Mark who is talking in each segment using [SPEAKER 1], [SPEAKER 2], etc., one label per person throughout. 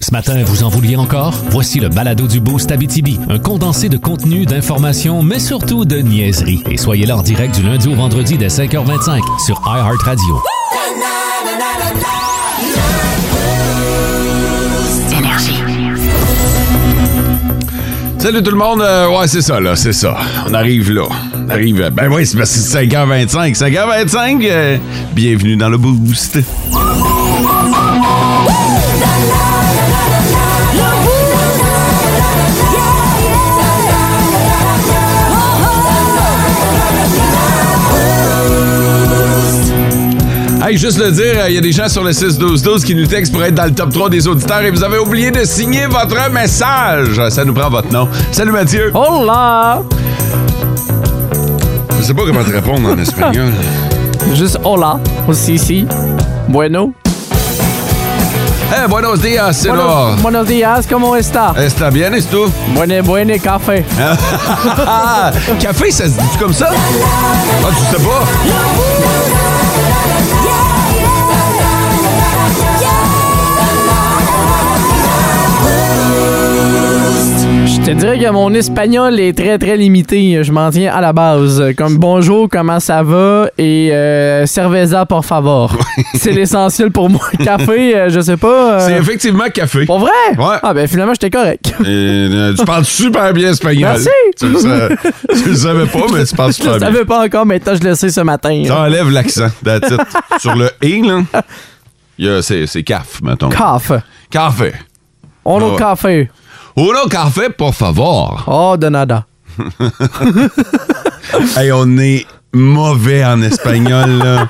[SPEAKER 1] Ce matin, vous en vouliez encore? Voici le balado du Boost Abitibi, un condensé de contenu, d'informations, mais surtout de niaiseries. Et soyez là en direct du lundi au vendredi dès 5h25 sur iHeartRadio.
[SPEAKER 2] Salut tout le monde. Euh, ouais, c'est ça, là. C'est ça. On arrive là. On arrive. euh, Ben oui, c'est parce que c'est 5h25. 5h25. euh, bienvenue dans le Boost. Hey, juste le dire, il y a des gens sur le 6-12-12 qui nous textent pour être dans le top 3 des auditeurs et vous avez oublié de signer votre message. Ça nous prend votre nom. Salut Mathieu.
[SPEAKER 3] Hola!
[SPEAKER 2] Je sais pas comment te répondre en espagnol.
[SPEAKER 3] Juste hola, aussi ici. Bueno.
[SPEAKER 2] Eh, buenos días, Cédor.
[SPEAKER 3] Buenos, buenos días, ¿cómo está?
[SPEAKER 2] Está bien, est tout?
[SPEAKER 3] Buene, buene, café.
[SPEAKER 2] Hein? Ah, café, ça se dit comme ça? Ah, tu sais pas?
[SPEAKER 3] Je te dirais que mon espagnol est très, très limité. Je m'en tiens à la base. Comme bonjour, comment ça va et euh, cerveza, por favor. C'est l'essentiel pour moi. Café, euh, je sais pas. euh,
[SPEAKER 2] C'est effectivement café.
[SPEAKER 3] Pour vrai?
[SPEAKER 2] Ouais.
[SPEAKER 3] Ah, ben finalement, j'étais correct.
[SPEAKER 2] Et, euh, tu parles super bien espagnol.
[SPEAKER 3] Merci.
[SPEAKER 2] Tu le, sais- tu le savais pas, mais tu parles
[SPEAKER 3] Je
[SPEAKER 2] super
[SPEAKER 3] le
[SPEAKER 2] bien.
[SPEAKER 3] savais pas encore, maintenant je le sais ce matin.
[SPEAKER 2] Ça enlève l'accent, that's it. Sur le « et », là, il y a- c'est c'est caf, mettons.
[SPEAKER 3] Café.
[SPEAKER 2] Café.
[SPEAKER 3] On
[SPEAKER 2] Ouais.
[SPEAKER 3] a café.
[SPEAKER 2] Uno café, por favor.
[SPEAKER 3] Oh, de nada.
[SPEAKER 2] Hey, on est mauvais en espagnol, là.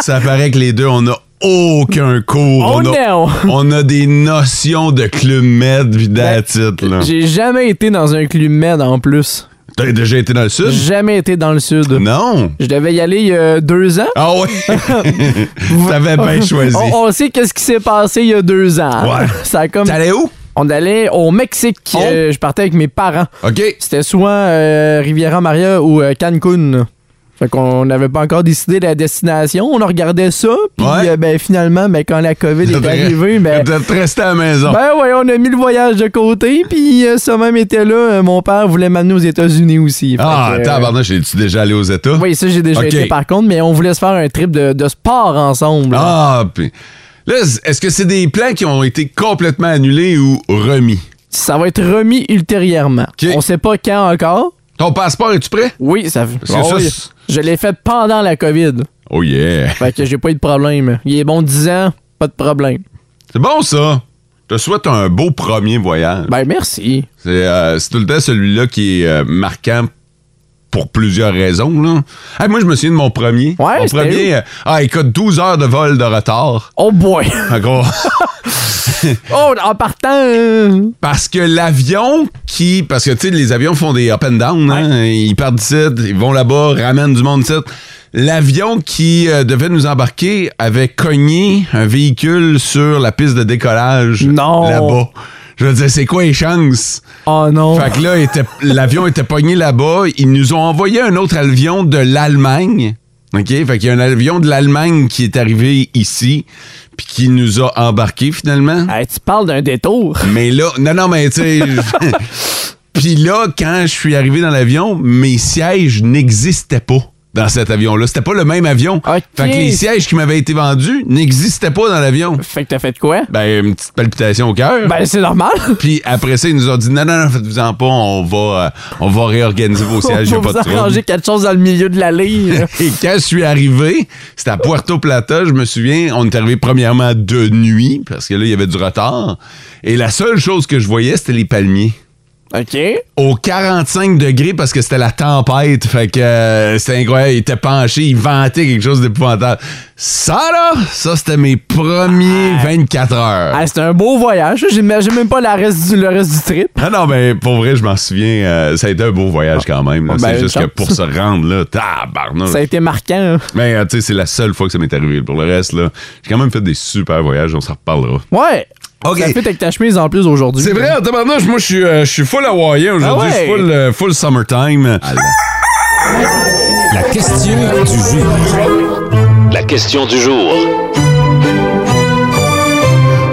[SPEAKER 2] Ça paraît que les deux, on n'a aucun cours.
[SPEAKER 3] Oh
[SPEAKER 2] on, a,
[SPEAKER 3] non.
[SPEAKER 2] on a des notions de Club Med, puis that's it, là.
[SPEAKER 3] Ben, J'ai jamais été dans un club med en plus.
[SPEAKER 2] T'as déjà été dans le sud?
[SPEAKER 3] Jamais été dans le sud.
[SPEAKER 2] Non.
[SPEAKER 3] Je devais y aller il y a deux ans.
[SPEAKER 2] Ah ouais? T'avais
[SPEAKER 3] Oh,
[SPEAKER 2] bien choisi.
[SPEAKER 3] On, on sait qu'est-ce qui s'est passé il y a deux ans. hein.
[SPEAKER 2] Ouais.
[SPEAKER 3] Ça a comme...
[SPEAKER 2] T'allais où?
[SPEAKER 3] On allait au Mexique.
[SPEAKER 2] Oh.
[SPEAKER 3] Euh, je partais avec mes parents.
[SPEAKER 2] OK.
[SPEAKER 3] C'était soit euh, Riviera Maria ou euh, Cancun. Fait qu'on n'avait pas encore décidé la destination. On regardait ça. Puis
[SPEAKER 2] Ouais.
[SPEAKER 3] euh, ben, finalement, ben, quand la COVID est arrivée, ben,
[SPEAKER 2] T'as resté à la maison.
[SPEAKER 3] ben ouais, on a mis le voyage de côté. Puis euh, ça même était là. euh, mon père voulait m'amener aux États-Unis aussi. Fait
[SPEAKER 2] ah,
[SPEAKER 3] que, euh,
[SPEAKER 2] tabarnak, j'ai-tu déjà allé aux États?
[SPEAKER 3] Oui, ça, j'ai déjà
[SPEAKER 2] Ok.
[SPEAKER 3] été par contre, mais on voulait se faire un trip de, de sport ensemble.
[SPEAKER 2] Ah, puis... Là, est-ce que c'est des plans qui ont été complètement annulés ou remis?
[SPEAKER 3] Ça va être remis ultérieurement.
[SPEAKER 2] Ok.
[SPEAKER 3] On sait pas quand encore.
[SPEAKER 2] Ton passeport, es-tu prêt?
[SPEAKER 3] Oui, ça
[SPEAKER 2] Parce que
[SPEAKER 3] Ah
[SPEAKER 2] ça,
[SPEAKER 3] oui.
[SPEAKER 2] c'est-
[SPEAKER 3] Je l'ai fait pendant la COVID.
[SPEAKER 2] Oh yeah!
[SPEAKER 3] Fait que j'ai pas eu de problème. Il est bon 10 ans, pas de problème.
[SPEAKER 2] C'est bon, ça! Je te souhaite un beau premier voyage.
[SPEAKER 3] Ben merci.
[SPEAKER 2] C'est euh, c'est tout le temps celui-là qui est euh, marquant pour plusieurs raisons. Là. Hey, moi, je me souviens de mon premier.
[SPEAKER 3] Ouais,
[SPEAKER 2] mon
[SPEAKER 3] c'était
[SPEAKER 2] premier, euh, ah, écoute, 12 heures de vol de retard.
[SPEAKER 3] Oh boy!
[SPEAKER 2] En gros,
[SPEAKER 3] Oh, en partant, euh,
[SPEAKER 2] parce que l'avion qui... Parce que, tu sais, les avions font des up and down. hein. Ils partent d'ici, ils vont là-bas, ramènent du monde ici. L'avion qui euh, devait nous embarquer avait cogné un véhicule sur la piste de décollage
[SPEAKER 3] Non.
[SPEAKER 2] là-bas. Je veux dire, c'est quoi les chances?
[SPEAKER 3] oh non.
[SPEAKER 2] Fait que là, était- l'avion était pogné là-bas. Ils nous ont envoyé un autre avion de l'Allemagne. OK? Fait qu'il y a un avion de l'Allemagne qui est arrivé ici, puis qui nous a embarqués finalement.
[SPEAKER 3] Hey, tu parles d'un détour.
[SPEAKER 2] Mais là, non, non, mais tu sais. je- Puis là, quand je suis arrivé dans l'avion, mes sièges n'existaient pas dans cet avion-là. C'était pas le même avion.
[SPEAKER 3] OK.
[SPEAKER 2] Fait que les sièges qui m'avaient été vendus n'existaient pas dans l'avion.
[SPEAKER 3] Fait que t'as fait quoi?
[SPEAKER 2] Ben, une petite palpitation au cœur.
[SPEAKER 3] Ben c'est normal.
[SPEAKER 2] Puis après ça, ils nous ont dit non, non, non, faites-vous-en pas, on va, euh, on va réorganiser vos sièges, il
[SPEAKER 3] Faut
[SPEAKER 2] a pas
[SPEAKER 3] vous
[SPEAKER 2] de trouble.
[SPEAKER 3] arranger quelque chose dans le milieu de l'allée. là.
[SPEAKER 2] Et quand je suis arrivé, c'était à Puerto Plata, je me souviens, on est arrivé premièrement de nuit, parce que là, il y avait du retard. Et la seule chose que je voyais, c'était les palmiers.
[SPEAKER 3] OK.
[SPEAKER 2] Au 45 degrés, parce que c'était la tempête, fait que euh, c'était incroyable, il était penché, il ventait quelque chose d'épouvantable. Ça, là, ça, c'était mes premiers 24 heures.
[SPEAKER 3] Ah, c'était un beau voyage. J'ai même j'ai même pas la reste du, le reste du trip.
[SPEAKER 2] Ah non, mais pour vrai, je m'en souviens, euh, ça a été un beau voyage quand même. là.
[SPEAKER 3] Ah, ben,
[SPEAKER 2] c'est juste
[SPEAKER 3] une
[SPEAKER 2] que
[SPEAKER 3] chance.
[SPEAKER 2] pour se rendre là, tabarnouche.
[SPEAKER 3] Ça a été marquant. hein.
[SPEAKER 2] Mais euh, tu sais, c'est la seule fois que ça m'est arrivé. Pour le reste, là, j'ai quand même fait des super voyages, on s'en reparlera.
[SPEAKER 3] Ouais.
[SPEAKER 2] OK.
[SPEAKER 3] Ça fait avec ta chemise en plus aujourd'hui.
[SPEAKER 2] C'est vrai, tabarnouche, moi je suis euh, je suis full hawaïen aujourd'hui,
[SPEAKER 3] Ah ouais?
[SPEAKER 2] je suis full, euh, full summertime.
[SPEAKER 1] La question du jour.
[SPEAKER 4] La question du jour.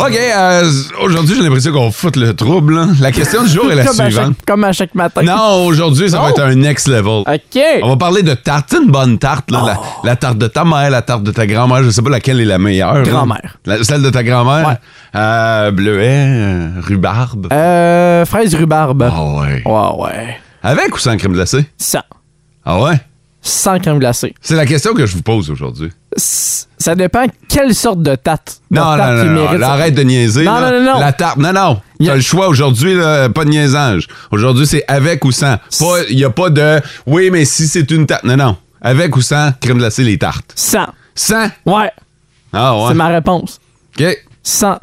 [SPEAKER 2] Ah, OK, euh, aujourd'hui, j'ai l'impression qu'on fout le trouble. là. La question du jour est la
[SPEAKER 3] comme, à
[SPEAKER 2] suivante.
[SPEAKER 3] chaque, comme à chaque matin.
[SPEAKER 2] Non, aujourd'hui, ça va être un next level.
[SPEAKER 3] OK.
[SPEAKER 2] On va parler de tarte, une bonne tarte. Là,
[SPEAKER 3] Oh!
[SPEAKER 2] la, la tarte de ta mère, la tarte de ta grand-mère, je sais pas laquelle est la meilleure. là.
[SPEAKER 3] Grand-mère.
[SPEAKER 2] La- Celle de ta grand-mère?
[SPEAKER 3] Ouais.
[SPEAKER 2] Euh, bleuet, euh, rhubarbe.
[SPEAKER 3] Euh, fraise rhubarbe.
[SPEAKER 2] Ah ouais.
[SPEAKER 3] Ouais, ouais.
[SPEAKER 2] Avec ou sans crème glacée?
[SPEAKER 3] 100.
[SPEAKER 2] Ah ouais?
[SPEAKER 3] Sans crème glacée.
[SPEAKER 2] C'est la question que je vous pose aujourd'hui.
[SPEAKER 3] S- Ça dépend quelle sorte de tarte. de
[SPEAKER 2] Non,
[SPEAKER 3] tarte
[SPEAKER 2] non,
[SPEAKER 3] qui
[SPEAKER 2] non, non,
[SPEAKER 3] mérite
[SPEAKER 2] là,
[SPEAKER 3] ça.
[SPEAKER 2] arrête de niaiser.
[SPEAKER 3] Non,
[SPEAKER 2] là.
[SPEAKER 3] non, non, non.
[SPEAKER 2] La tarte, non, non.
[SPEAKER 3] Y
[SPEAKER 2] T'as
[SPEAKER 3] a-
[SPEAKER 2] le choix aujourd'hui, là, pas de niaisage. Aujourd'hui, c'est avec ou sans. Il n'y a pas de oui, mais si c'est une tarte. Non, non. Avec ou sans crème glacée, les tartes.
[SPEAKER 3] 100.
[SPEAKER 2] Sans?
[SPEAKER 3] Ouais,
[SPEAKER 2] Ah ouais.
[SPEAKER 3] c'est ma réponse.
[SPEAKER 2] OK.
[SPEAKER 3] 100.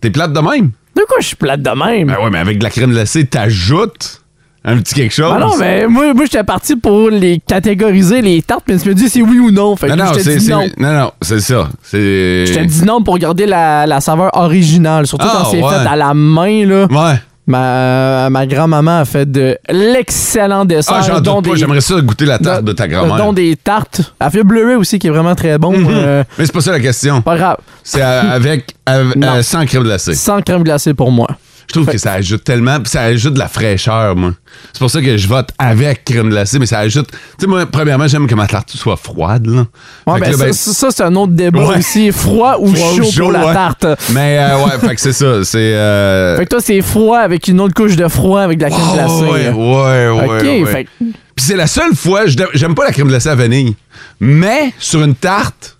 [SPEAKER 2] T'es plate de même?
[SPEAKER 3] De quoi je suis plate de même?
[SPEAKER 2] Ben ouais, mais avec de la crème glacée, t'ajoutes un petit quelque chose.
[SPEAKER 3] Ah non, mais moi, moi j'étais parti pour les catégoriser, les tartes, mais tu me dis c'est oui ou non. Fait que
[SPEAKER 2] Non, non,
[SPEAKER 3] je te
[SPEAKER 2] c'est,
[SPEAKER 3] dis
[SPEAKER 2] c'est-
[SPEAKER 3] non.
[SPEAKER 2] non, non, c'est ça. C'est...
[SPEAKER 3] Je te dis non pour garder la, la saveur originale, surtout
[SPEAKER 2] Ah,
[SPEAKER 3] quand c'est
[SPEAKER 2] ouais.
[SPEAKER 3] fait à la main. Là.
[SPEAKER 2] Ouais. Ah,
[SPEAKER 3] Ma, ma grand-maman a fait de l'excellent dessert.
[SPEAKER 2] Ah, j'en
[SPEAKER 3] dont
[SPEAKER 2] doute pas.
[SPEAKER 3] des-
[SPEAKER 2] J'aimerais ça goûter la tarte de, ta grand-mère. Mhm. Hmm.
[SPEAKER 3] Dont des tartes. Elle fait bleuet aussi, qui est vraiment très bon. euh,
[SPEAKER 2] Mais c'est pas ça la question.
[SPEAKER 3] pas grave.
[SPEAKER 2] C'est euh, avec, av-
[SPEAKER 3] Non.
[SPEAKER 2] euh, sans crème glacée.
[SPEAKER 3] Sans crème glacée pour moi.
[SPEAKER 2] Je trouve que ça ajoute tellement, puis ça ajoute de la fraîcheur, moi. C'est pour ça que je vote avec crème glacée, mais ça ajoute. Tu sais, moi, premièrement, j'aime que ma tarte soit froide, là.
[SPEAKER 3] Ouais,
[SPEAKER 2] Fait que
[SPEAKER 3] ben,
[SPEAKER 2] là,
[SPEAKER 3] ça,
[SPEAKER 2] ben,
[SPEAKER 3] ça, ça, c'est un autre débat
[SPEAKER 2] Ouais.
[SPEAKER 3] aussi. Froid ou
[SPEAKER 2] froid ou
[SPEAKER 3] chaud, pour la
[SPEAKER 2] ouais.
[SPEAKER 3] tarte.
[SPEAKER 2] Mais euh, ouais, fait que c'est ça. C'est. euh,
[SPEAKER 3] Fait que toi, c'est froid avec une autre couche de froid avec de la crème
[SPEAKER 2] oh,
[SPEAKER 3] glacée.
[SPEAKER 2] ouais,
[SPEAKER 3] là.
[SPEAKER 2] ouais, ouais.
[SPEAKER 3] ok,
[SPEAKER 2] ouais.
[SPEAKER 3] fait que
[SPEAKER 2] Puis c'est la seule fois, je- j'aime pas la crème glacée à vanille, mais sur une tarte,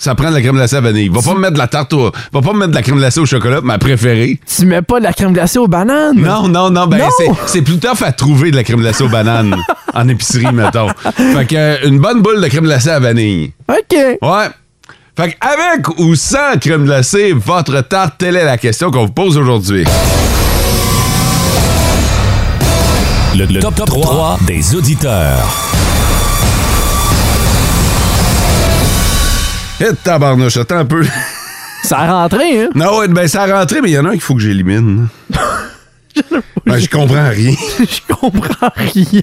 [SPEAKER 2] ça prend de la crème glacée à vanille. Va pas me mettre de la tarte au, va pas me mettre de la crème glacée au chocolat, ma préférée.
[SPEAKER 3] tu mets pas de la crème glacée aux bananes.
[SPEAKER 2] Non, non, non, ben
[SPEAKER 3] Non!
[SPEAKER 2] c'est- c'est plus tough à trouver de la crème glacée aux bananes en épicerie mettons. Fait que euh, une bonne boule de crème glacée à vanille.
[SPEAKER 3] Ok.
[SPEAKER 2] Ouais. Fait que avec ou sans crème glacée, votre tarte, telle est la question qu'on vous pose aujourd'hui.
[SPEAKER 1] Le, le top, 3, des auditeurs.
[SPEAKER 2] Et tabarnouche, attends un peu.
[SPEAKER 3] Ça a rentré, hein?
[SPEAKER 2] Non, ouais, ben ça a rentré, mais il y en a un qu'il faut que j'élimine. ben, je comprends rien.
[SPEAKER 3] Je comprends rien.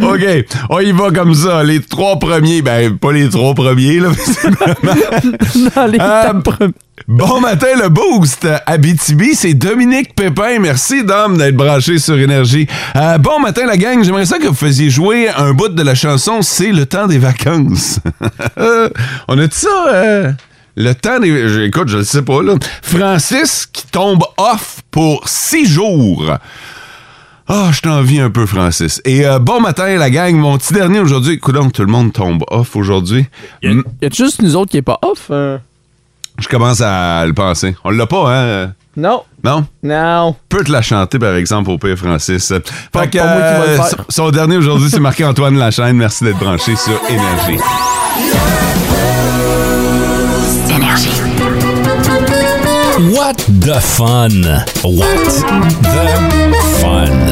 [SPEAKER 2] OK, on y va comme ça. Les trois premiers, ben pas les trois premiers, là.
[SPEAKER 3] Dans les
[SPEAKER 2] Euh,
[SPEAKER 3] tapes premières.
[SPEAKER 2] bon matin, le boost. Abitibi, c'est Dominique Pépin. Merci, Dom, d'être branché sur Énergie. Euh, bon matin, la gang. J'aimerais ça que vous faisiez jouer un bout de la chanson C'est le temps des vacances. Euh, on a dit ça, euh, le temps des... j- Écoute, je le sais pas, là. Francis qui tombe off pour six jours. Ah, je t'envie un peu, Francis. Et euh, bon matin, la gang. Mon petit dernier aujourd'hui. Écoute, tout le monde tombe off aujourd'hui. Mm.
[SPEAKER 3] Y a juste nous autres qui est pas off? euh?
[SPEAKER 2] Je commence à le penser. On l'a pas, hein?
[SPEAKER 3] Non.
[SPEAKER 2] Non?
[SPEAKER 3] Non.
[SPEAKER 2] Peut te la chanter, par exemple, au père Francis. Fait
[SPEAKER 3] Pas-
[SPEAKER 2] que,
[SPEAKER 3] pas moi qui vais le
[SPEAKER 2] euh,
[SPEAKER 3] faire.
[SPEAKER 2] son, son dernier aujourd'hui, c'est marqué Antoine Lachaîne. Merci d'être branché sur Énergie.
[SPEAKER 1] What the fun? What the fun?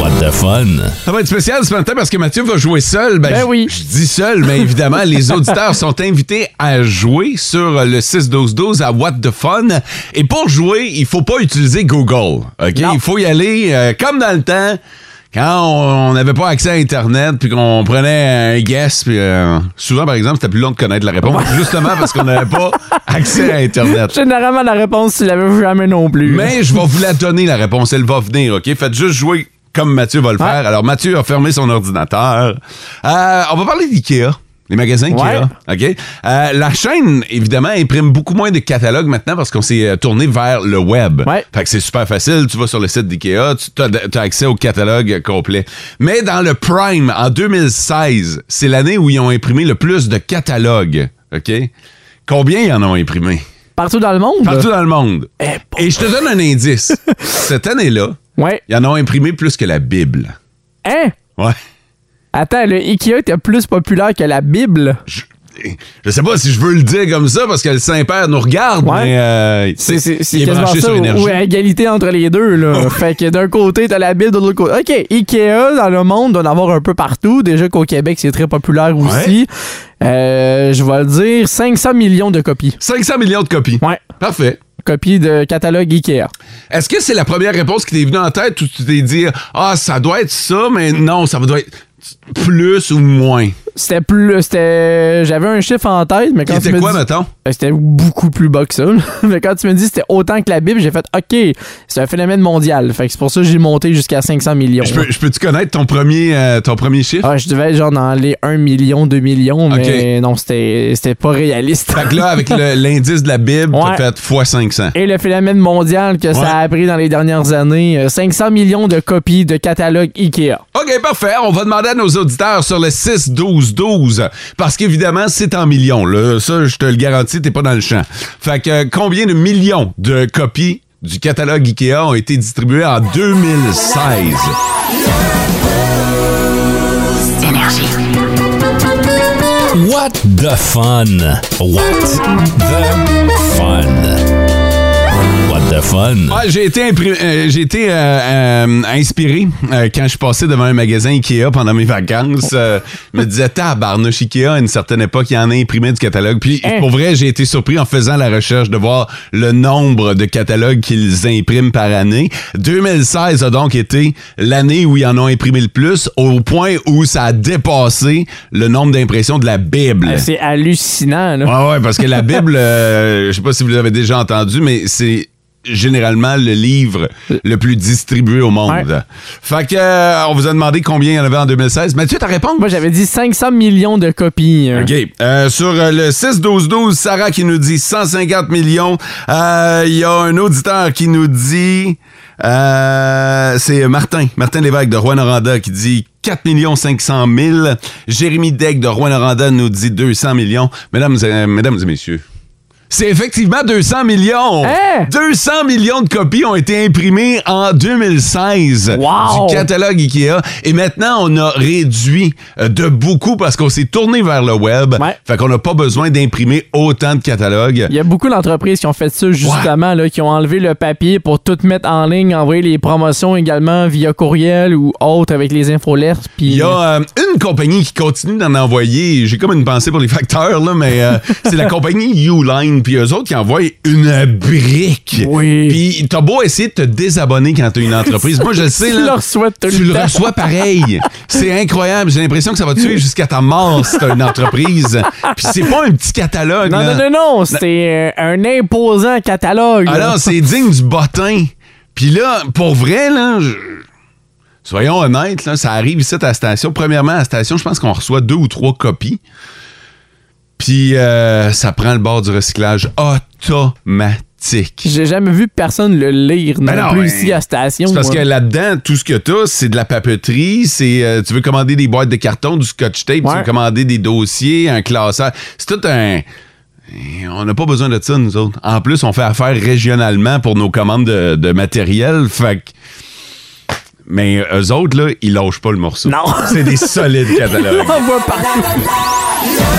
[SPEAKER 1] What the fun?
[SPEAKER 2] Ça va être spécial ce matin parce que Mathieu va jouer seul. Ben,
[SPEAKER 3] Ben
[SPEAKER 2] je-
[SPEAKER 3] oui.
[SPEAKER 2] Je dis seul, mais évidemment, les auditeurs sont invités à jouer sur le 6-12-12 à What the Fun. Et pour jouer, il faut pas utiliser Google. OK?
[SPEAKER 3] Non.
[SPEAKER 2] Il faut y aller euh, comme dans le temps. Quand on on n'avait pas accès à Internet, puis qu'on prenait un guess, puis euh, souvent, par exemple, c'était plus long de connaître la réponse, justement parce qu'on n'avait pas accès à Internet.
[SPEAKER 3] Généralement, la réponse, tu l'avais jamais non plus.
[SPEAKER 2] Mais je vais vous la donner, la réponse. Elle va venir, OK? Faites juste jouer comme Mathieu va le faire. Alors, Mathieu a fermé son ordinateur. Euh, on va parler d'IKEA. Les magasins IKEA, OK? Euh, la chaîne, évidemment, imprime beaucoup moins de catalogues maintenant parce qu'on s'est euh, tourné vers le web.
[SPEAKER 3] Ouais.
[SPEAKER 2] Fait que c'est super facile. Tu vas sur le site d'IKEA, tu as, accès au catalogue euh, complet. Mais dans le Prime, en 2016, c'est l'année où ils ont imprimé le plus de catalogues, OK? Combien ils en ont imprimé?
[SPEAKER 3] Partout dans le monde?
[SPEAKER 2] Partout dans le monde.
[SPEAKER 3] Eh, pas-
[SPEAKER 2] Et je te donne un indice. Cette année-là,
[SPEAKER 3] Ouais.
[SPEAKER 2] ils en ont imprimé plus que la Bible.
[SPEAKER 3] Hein?
[SPEAKER 2] Ouais.
[SPEAKER 3] Attends, le Ikea était plus populaire que la Bible.
[SPEAKER 2] Je, je sais pas si je veux le dire comme ça parce que le Saint-Père nous regarde,
[SPEAKER 3] Ouais.
[SPEAKER 2] mais euh,
[SPEAKER 3] C'est- C'est
[SPEAKER 2] il
[SPEAKER 3] c'est
[SPEAKER 2] est
[SPEAKER 3] quasiment
[SPEAKER 2] branché
[SPEAKER 3] ça,
[SPEAKER 2] sur
[SPEAKER 3] ou,
[SPEAKER 2] énergie.
[SPEAKER 3] ou à égalité entre les deux. Là. fait que d'un côté, t'as la Bible, de l'autre côté. OK, Ikea, dans le monde, d'en avoir un peu partout. Déjà qu'au Québec, c'est très populaire aussi. Euh, je vais le dire, 500 millions de copies.
[SPEAKER 2] 500 millions de copies.
[SPEAKER 3] Ouais,
[SPEAKER 2] Parfait.
[SPEAKER 3] copies de catalogue Ikea.
[SPEAKER 2] Est-ce que c'est la première réponse qui t'est venue en tête ou tu t'es dit Ah, ça doit être ça, mais non, ça doit être plus ou moins?
[SPEAKER 3] C'était plus. C'était. J'avais un chiffre en tête, mais quand tu
[SPEAKER 2] C'était
[SPEAKER 3] me
[SPEAKER 2] quoi,
[SPEAKER 3] dis-
[SPEAKER 2] mettons?
[SPEAKER 3] Euh, C'était beaucoup plus bas que ça. là. mais quand tu me dis c'était autant que la Bible, j'ai fait OK, c'est un phénomène mondial. Fait que c'est pour ça que j'ai monté jusqu'à 500 millions.
[SPEAKER 2] Je peux- je peux-tu connaître ton premier, euh, ton premier chiffre?
[SPEAKER 3] Ah, je devais être genre dans les 1 million, 2 millions, mais
[SPEAKER 2] Ok.
[SPEAKER 3] non, c'était c'était pas réaliste.
[SPEAKER 2] Fait que là, avec le- l'indice de la Bible,
[SPEAKER 3] Ah. Ouais.
[SPEAKER 2] t'as fait x500.
[SPEAKER 3] Et le phénomène mondial que
[SPEAKER 2] Ouais.
[SPEAKER 3] ça a pris dans les dernières années, euh, 500 millions de copies de catalogue IKEA.
[SPEAKER 2] OK, parfait. On va demander à nos auditeurs sur le 6-12-12. Parce qu'évidemment, c'est en millions. Là. Ça, je te le garantis, t'es pas dans le champ. Fait que euh, combien de millions de copies du catalogue IKEA ont été distribuées en 2016?
[SPEAKER 1] What the fun? What the fun? What the fun?
[SPEAKER 2] Ouais, j'ai été, impri- euh, j'ai été euh, euh, inspiré euh, quand je suis passé devant un magasin Ikea pendant mes vacances. Euh, je me disais, tabarnouche Ikea, à une certaine époque, il y en a imprimé du catalogue. Puis,
[SPEAKER 3] Hein?
[SPEAKER 2] pour vrai, j'ai été surpris en faisant la recherche de voir le nombre de catalogues qu'ils impriment par année. 2016 a donc été l'année où ils en ont imprimé le plus, au point où ça a dépassé le nombre d'impressions de la Bible.
[SPEAKER 3] Euh, C'est hallucinant, là.
[SPEAKER 2] Ouais, ouais, parce que la Bible, euh, je sais pas si vous l'avez déjà entendu, mais c'est généralement le livre le plus distribué au monde.
[SPEAKER 3] Ouais.
[SPEAKER 2] Fait que, euh, on vous a demandé combien il y en avait en 2016. Mathieu, ta réponse?
[SPEAKER 3] Moi, j'avais dit 500 millions de copies. euh.
[SPEAKER 2] OK. Euh, sur euh, le 6-12-12, Sarah qui nous dit 150 millions. Euh, Il y a un auditeur qui nous dit... euh, c'est Martin, Martin Lévesque de Rouen-Noranda qui dit 4 500 000. Jérémy Deck de Rouen-Noranda nous dit 200 millions. Mesdames, et- mesdames et messieurs, c'est effectivement 200 millions.
[SPEAKER 3] Hein?
[SPEAKER 2] 200 millions de copies ont été imprimées en 2016
[SPEAKER 3] Wow!
[SPEAKER 2] du catalogue Ikea. Et maintenant, on a réduit euh, de beaucoup parce qu'on s'est tourné vers le web.
[SPEAKER 3] Ouais.
[SPEAKER 2] Fait qu'on n'a pas besoin d'imprimer autant de catalogues.
[SPEAKER 3] Il y a beaucoup d'entreprises qui ont fait ça justement, là, qui ont enlevé le papier pour tout mettre en ligne, envoyer les promotions également via courriel ou autre avec les infolettes. Puis
[SPEAKER 2] Il y a euh, une compagnie qui continue d'en envoyer. J'ai comme une pensée pour les facteurs, là, mais euh, c'est la compagnie Uline. Puis eux autres qui envoient une brique.
[SPEAKER 3] Oui.
[SPEAKER 2] Puis t'as beau essayer de te désabonner quand t'as une entreprise. Moi, je le sais.
[SPEAKER 3] tu
[SPEAKER 2] là,
[SPEAKER 3] leur souhaites tout
[SPEAKER 2] tu
[SPEAKER 3] le
[SPEAKER 2] le
[SPEAKER 3] temps.
[SPEAKER 2] reçois pareil. C'est incroyable. J'ai l'impression que ça va te tuer jusqu'à ta mort si t'as une entreprise. Puis c'est pas un petit catalogue.
[SPEAKER 3] Non,
[SPEAKER 2] là.
[SPEAKER 3] non, non, non, c'est euh, un imposant catalogue. là.
[SPEAKER 2] Alors, c'est digne du bottin. Puis là, pour vrai, là, je- soyons honnêtes, là, ça arrive ici à la station. Premièrement, à la station, je pense qu'on reçoit deux ou trois copies. Puis euh, ça prend le bord du recyclage automatique.
[SPEAKER 3] J'ai jamais vu personne le lire non,
[SPEAKER 2] Ben non,
[SPEAKER 3] plus
[SPEAKER 2] ben,
[SPEAKER 3] ici à station.
[SPEAKER 2] C'est parce
[SPEAKER 3] moi.
[SPEAKER 2] que là-dedans, tout ce que t'as, c'est de la papeterie, c'est euh, tu veux commander des boîtes de carton, du scotch tape,
[SPEAKER 3] Ouais.
[SPEAKER 2] tu veux commander des dossiers, un classeur. C'est tout un. eh, On n'a pas besoin de ça, nous autres. En plus, on fait affaire régionalement pour nos commandes de, de matériel. Fait que- Mais eux autres, là, ils lâchent pas le morceau.
[SPEAKER 3] Non.
[SPEAKER 2] C'est des solides catalogues.
[SPEAKER 3] On voit partout.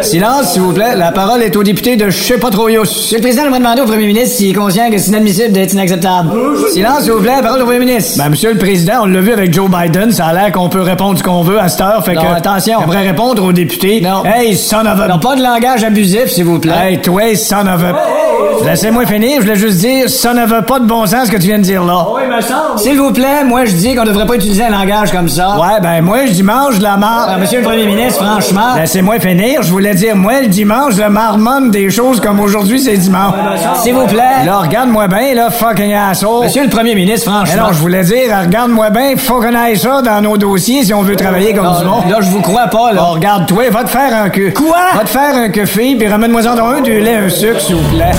[SPEAKER 4] Silence, s'il vous plaît. La parole est au député de Je sais pas trop Yous. Monsieur le Président, j'aimerais demander au premier ministre s'il est conscient que c'est inadmissible d'être inacceptable. Silence, s'il vous plaît. La parole au premier ministre. Ben, Monsieur le Président, on l'a vu avec Joe Biden. Ça a l'air qu'on peut répondre ce qu'on veut à cette heure. Fait que. attention. J'aimerais répondre au député. Non. Hey, son of a. Non, pas de langage abusif, s'il vous plaît. Hey, toi, son of a. Laissez-moi finir. Je voulais juste dire, ça ne veut pas de bon sens ce que tu viens de dire là. Oui, me semble. S'il vous plaît, moi, je dis qu'on devrait pas utiliser un langage comme ça. Ouais, ben, moi, je dimanche, de la marre. monsieur le premier ministre, franchement. Laissez-moi finir. Je voulais dire, moi, le dimanche, je marmonne des choses comme aujourd'hui, c'est dimanche. S'il vous plaît. Là, regarde-moi bien, là, fucking asshole. Monsieur le premier ministre, franchement. Non, je voulais dire, regarde-moi bien, faut qu'on aille ça dans nos dossiers si on veut travailler comme du monde. Là, je vous crois pas, là. regarde-toi, va te faire un queue. Quoi? Va te faire un queue fille, puis ramène-moi-en dans un du lait, un sucre, s'il vous plaît.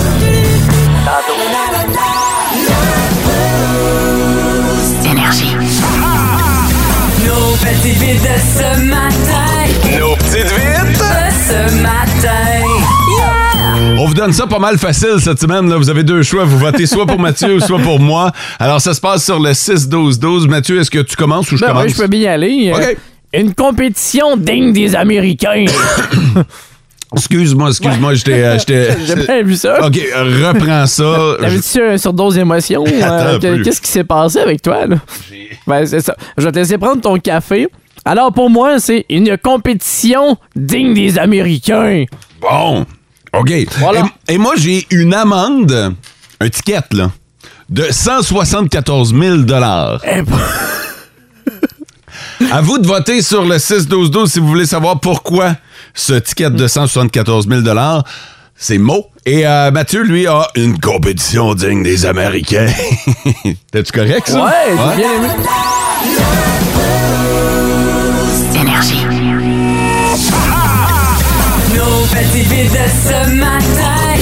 [SPEAKER 5] Nos petites vites de ce matin.
[SPEAKER 6] Nos petites vites.
[SPEAKER 5] De ce matin. Yeah!
[SPEAKER 2] On vous donne ça pas mal facile cette semaine. Là. Vous avez deux choix. Vous votez soit pour Mathieu ou soit pour moi. Alors, ça se passe sur le 6-12-12. Mathieu, est-ce que tu commences ou je
[SPEAKER 3] Ben
[SPEAKER 2] commence?
[SPEAKER 3] oui, je peux bien y aller.
[SPEAKER 2] OK.
[SPEAKER 3] Une compétition digne des Américains.
[SPEAKER 2] Excuse-moi, excuse-moi, j'étais. euh, j'étais-
[SPEAKER 3] J'ai bien vu ça.
[SPEAKER 2] Ok, reprends ça.
[SPEAKER 3] T'avais-tu une surdose d'émotion?
[SPEAKER 2] Euh, Attends
[SPEAKER 3] Euh,
[SPEAKER 2] un
[SPEAKER 3] que-
[SPEAKER 2] peu.
[SPEAKER 3] Qu'est-ce qui s'est passé avec toi? Là? Ben, c'est ça. Je vais te laisser prendre ton café. Alors, pour moi, c'est une compétition digne des Américains.
[SPEAKER 2] Bon, ok.
[SPEAKER 3] Voilà.
[SPEAKER 2] Et, et moi, j'ai une amende, un ticket, là, de 174 000
[SPEAKER 3] Eh ben.
[SPEAKER 2] À vous de voter sur le 6-12-12 si vous voulez savoir pourquoi ce ticket de 174 000 c'est Mo. Et euh, Mathieu, lui, a une compétition digne des Américains. T'es-tu correct, ça?
[SPEAKER 3] Ouais, j'ai bien aimé.
[SPEAKER 5] Nos petites vites de ce matin.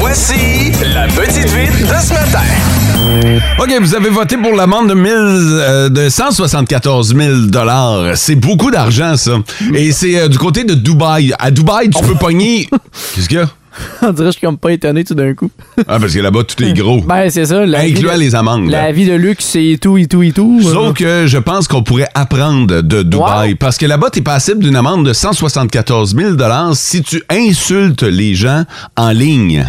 [SPEAKER 6] Voici la petite vite de ce matin.
[SPEAKER 2] OK, vous avez voté pour l'amende de, 1000, euh, de 174 000 C'est beaucoup d'argent, ça. Et c'est euh, du côté de Dubaï. À Dubaï,
[SPEAKER 3] Oh.
[SPEAKER 2] tu peux pogner... Qu'est-ce qu'il y a?
[SPEAKER 3] On dirait que je suis comme pas étonné tout d'un coup.
[SPEAKER 2] Ah, parce que là-bas, tout est gros.
[SPEAKER 3] Ben, c'est ça. La vie
[SPEAKER 2] Incluant
[SPEAKER 3] de-
[SPEAKER 2] les amendes.
[SPEAKER 3] La vie de luxe et tout, et tout, et tout.
[SPEAKER 2] Sauf que je pense qu'on pourrait apprendre de Dubaï.
[SPEAKER 3] euh, Wow.
[SPEAKER 2] Parce que là-bas, tu es passible d'une amende de 174 000 si tu insultes les gens en ligne.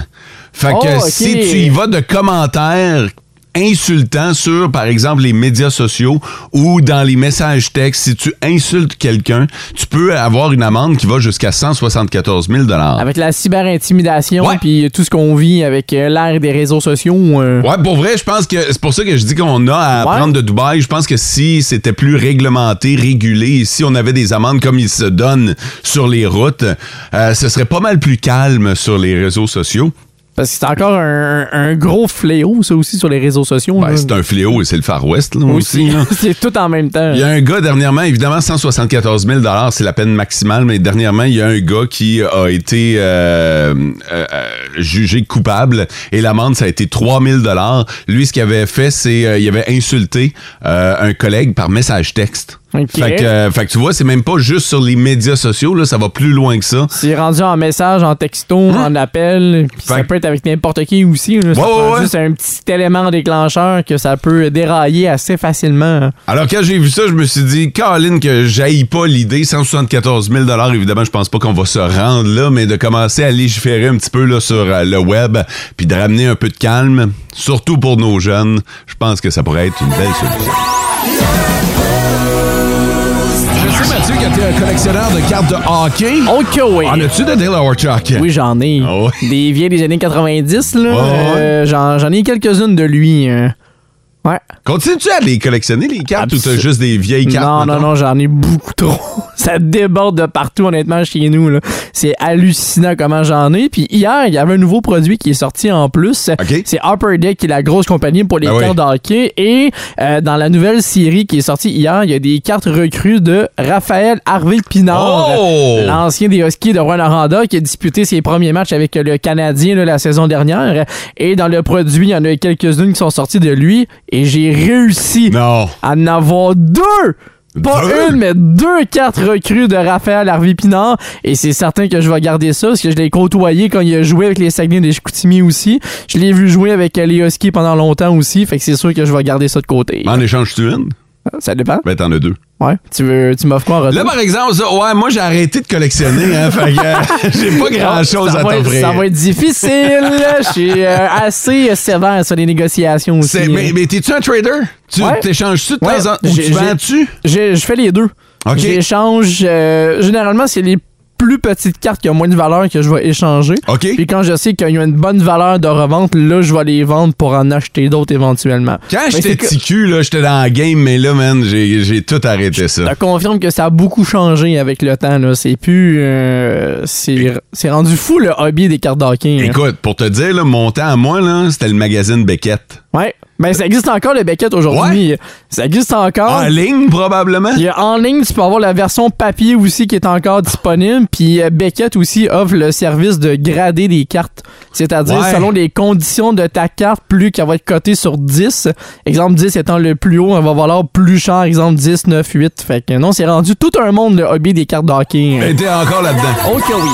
[SPEAKER 2] Fait que
[SPEAKER 3] Oh, ok.
[SPEAKER 2] si tu y vas de commentaires insultants sur, par exemple, les médias sociaux ou dans les messages textes, si tu insultes quelqu'un, tu peux avoir une amende qui va jusqu'à 174 000
[SPEAKER 3] Avec la cyberintimidation,
[SPEAKER 2] Ouais.
[SPEAKER 3] puis tout ce qu'on vit avec euh, l'ère des réseaux sociaux. euh,
[SPEAKER 2] Ouais, pour vrai, je pense que c'est pour ça que je dis qu'on a à
[SPEAKER 3] Ouais.
[SPEAKER 2] apprendre de Dubaï. Je pense que si c'était plus réglementé, régulé, si on avait des amendes comme ils se donnent sur les routes, euh, ce serait pas mal plus calme sur les réseaux sociaux.
[SPEAKER 3] Parce que c'est encore un, un gros fléau, ça aussi, sur les réseaux sociaux.
[SPEAKER 2] Ben,
[SPEAKER 3] là.
[SPEAKER 2] c'est un fléau et c'est le Far West là,
[SPEAKER 3] Aussi,
[SPEAKER 2] aussi. là.
[SPEAKER 3] c'est tout en même temps.
[SPEAKER 2] Il y a un gars dernièrement, évidemment, 174 000 c'est la peine maximale, mais dernièrement, il y a un gars qui a été euh, euh, euh, jugé coupable et l'amende, ça a été 3 000 Lui, ce qu'il avait fait, c'est euh, il avait insulté euh, un collègue par message texte.
[SPEAKER 3] Ok.
[SPEAKER 2] Fait, que, euh, fait que tu vois, c'est même pas juste sur les médias sociaux, là, ça va plus loin que ça.
[SPEAKER 3] C'est rendu en message, en texto, en appel, puis ça
[SPEAKER 2] Fait-
[SPEAKER 3] peut être avec n'importe qui aussi. là. Ça
[SPEAKER 2] Hein? Ben. Ouais, ouais,
[SPEAKER 3] prend
[SPEAKER 2] ouais.
[SPEAKER 3] juste un petit élément déclencheur que ça peut dérailler assez facilement. hein.
[SPEAKER 2] Alors, quand j'ai vu ça, je me suis dit, Caroline, que j'aille pas l'idée. 174 000 évidemment, je pense pas qu'on va se rendre là, mais de commencer à légiférer un petit peu là, sur euh, le web, puis de ramener un peu de calme, surtout pour nos jeunes, je pense que ça pourrait être une belle solution. Je sais, Mathieu, que t'es un collectionneur de cartes de hockey.
[SPEAKER 3] OK, Oh, oui.
[SPEAKER 2] En as-tu de Delaware Chuck?
[SPEAKER 3] Ah, Oui, j'en ai.
[SPEAKER 2] Ah ouais?
[SPEAKER 3] Des vieilles des années 90, là.
[SPEAKER 2] Ouais, ouais,
[SPEAKER 3] euh, j'en, j'en ai quelques-unes de lui. euh. Ouais.
[SPEAKER 2] Continues-tu à les collectionner, les cartes, ou
[SPEAKER 3] Absol-
[SPEAKER 2] t'as juste des vieilles cartes?
[SPEAKER 3] non, non,
[SPEAKER 2] mettons?
[SPEAKER 3] non, j'en ai beaucoup trop. Ça déborde de partout, honnêtement, chez nous. là. C'est hallucinant comment j'en ai. Puis hier, il y avait un nouveau produit qui est sorti en plus.
[SPEAKER 2] OK.
[SPEAKER 3] C'est Upper Deck, qui est la grosse compagnie pour les
[SPEAKER 2] Ah oui.
[SPEAKER 3] cartes de hockey. Et euh, dans la nouvelle série qui est sortie hier, il y a des cartes recrues de Raphaël Harvey Pinard.
[SPEAKER 2] Oh!
[SPEAKER 3] L'ancien des Huskies de Rwanda qui a disputé ses premiers matchs avec le Canadien là, la saison dernière. Et dans le produit, il y en a quelques-unes qui sont sorties de lui. Et j'ai réussi
[SPEAKER 2] Non.
[SPEAKER 3] à en avoir deux! Pas
[SPEAKER 2] Deux?
[SPEAKER 3] une, mais deux cartes recrues de Raphaël Harvey Pinard. Et c'est certain que je vais garder ça, parce que je l'ai côtoyé quand il a joué avec les Saguenay des Chicoutimi aussi. Je l'ai vu jouer avec euh, les Huskies pendant longtemps aussi, fait que c'est sûr que je vais garder ça de côté.
[SPEAKER 2] En échange-tu une?
[SPEAKER 3] Ça dépend.
[SPEAKER 2] Ben, t'en as deux.
[SPEAKER 3] Ouais. Tu veux, tu m'offres quoi en
[SPEAKER 2] Là,
[SPEAKER 3] retour?
[SPEAKER 2] par exemple, ça, ouais, moi, j'ai arrêté de collectionner, hein, fait que euh, j'ai pas grand-chose
[SPEAKER 3] Ça
[SPEAKER 2] à
[SPEAKER 3] va être-
[SPEAKER 2] t'offrir.
[SPEAKER 3] Ça va être difficile. Je suis euh, assez euh, sévère sur les négociations aussi. hein.
[SPEAKER 2] C'est- mais mais t'es-tu un trader? Tu
[SPEAKER 3] Ouais.
[SPEAKER 2] t'échanges-tu de
[SPEAKER 3] Ouais,
[SPEAKER 2] temps en temps? Ou
[SPEAKER 3] j'ai-
[SPEAKER 2] tu
[SPEAKER 3] j'ai-
[SPEAKER 2] vends-tu?
[SPEAKER 3] Je, je fais les deux.
[SPEAKER 2] Ok.
[SPEAKER 3] J'échange. euh, généralement, c'est les plus petites cartes qui ont moins de valeur que je vais échanger.
[SPEAKER 2] OK.
[SPEAKER 3] Puis quand je sais qu'il y a une bonne valeur de revente, là, je vais les vendre pour en acheter d'autres éventuellement.
[SPEAKER 2] Quand
[SPEAKER 3] Mais
[SPEAKER 2] j'étais
[SPEAKER 3] c'est que-
[SPEAKER 2] petit cul, là, j'étais dans la game, mais là, man, j'ai j'ai tout arrêté
[SPEAKER 3] Je
[SPEAKER 2] ça.
[SPEAKER 3] te confirme que ça a beaucoup changé avec le temps. là. C'est plus. euh, c'est c'est rendu fou le hobby des cartes d'hockey. hein.
[SPEAKER 2] Écoute, pour te dire, là, mon temps à moi, là, c'était le magazine Beckett.
[SPEAKER 3] Ouais. Ben, ça existe encore le Beckett aujourd'hui. Ça existe encore.
[SPEAKER 2] En ligne, probablement?
[SPEAKER 3] Il y a en ligne, tu peux avoir la version papier aussi qui est encore disponible. Puis euh, Beckett aussi offre le service de grader des cartes. C'est-à-dire,
[SPEAKER 2] Ouais.
[SPEAKER 3] selon les conditions de ta carte, plus qu'elle va être cotée sur 10. Exemple 10 étant le plus haut, elle va valoir plus cher. Exemple 10, 9, 8. Fait que non, c'est rendu tout un monde le hobby des cartes hein. d'hockey.
[SPEAKER 2] Ben, T'es encore là-dedans.
[SPEAKER 3] Ok, oui.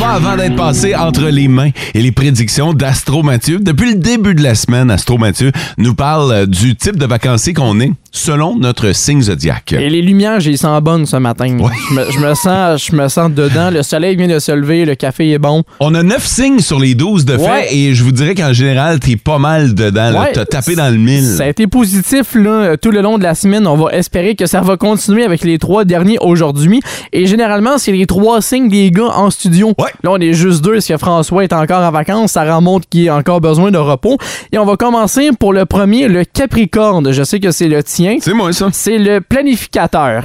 [SPEAKER 2] Pas avant d'être passé entre les mains et les prédictions d'Astro Mathieu. Depuis le début de la semaine, Astro Mathieu nous parle euh, du type de vacancier qu'on est selon notre signe zodiaque.
[SPEAKER 3] Et les lumières, j'ai sens bonne ce matin. Je, me, je me sens, je me sens dedans. Le soleil vient de se lever, le café est bon.
[SPEAKER 2] On a neuf signes sur les 12 de fait
[SPEAKER 3] Ouais.
[SPEAKER 2] et je vous dirais qu'en général, t'es pas mal dedans. là.
[SPEAKER 3] Ouais,
[SPEAKER 2] T'as tapé dans le mille.
[SPEAKER 3] Ça a été positif là, euh, tout le long de la semaine. On va espérer que ça va continuer avec les trois derniers aujourd'hui. Et généralement, c'est les trois signes des gars en studio avion.
[SPEAKER 2] Ouais.
[SPEAKER 3] Là, on est juste deux. Est-ce que François est encore en vacances? Ça remonte qu'il a encore besoin de repos. Et on va commencer pour le premier, le Capricorne. Je sais que c'est le tien.
[SPEAKER 2] C'est moi, ça.
[SPEAKER 3] C'est le planificateur.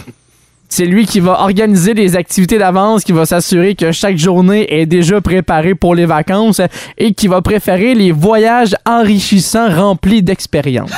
[SPEAKER 3] C'est lui qui va organiser les activités d'avance, qui va s'assurer que chaque journée est déjà préparée pour les vacances et qui va préférer les voyages enrichissants remplis d'expérience.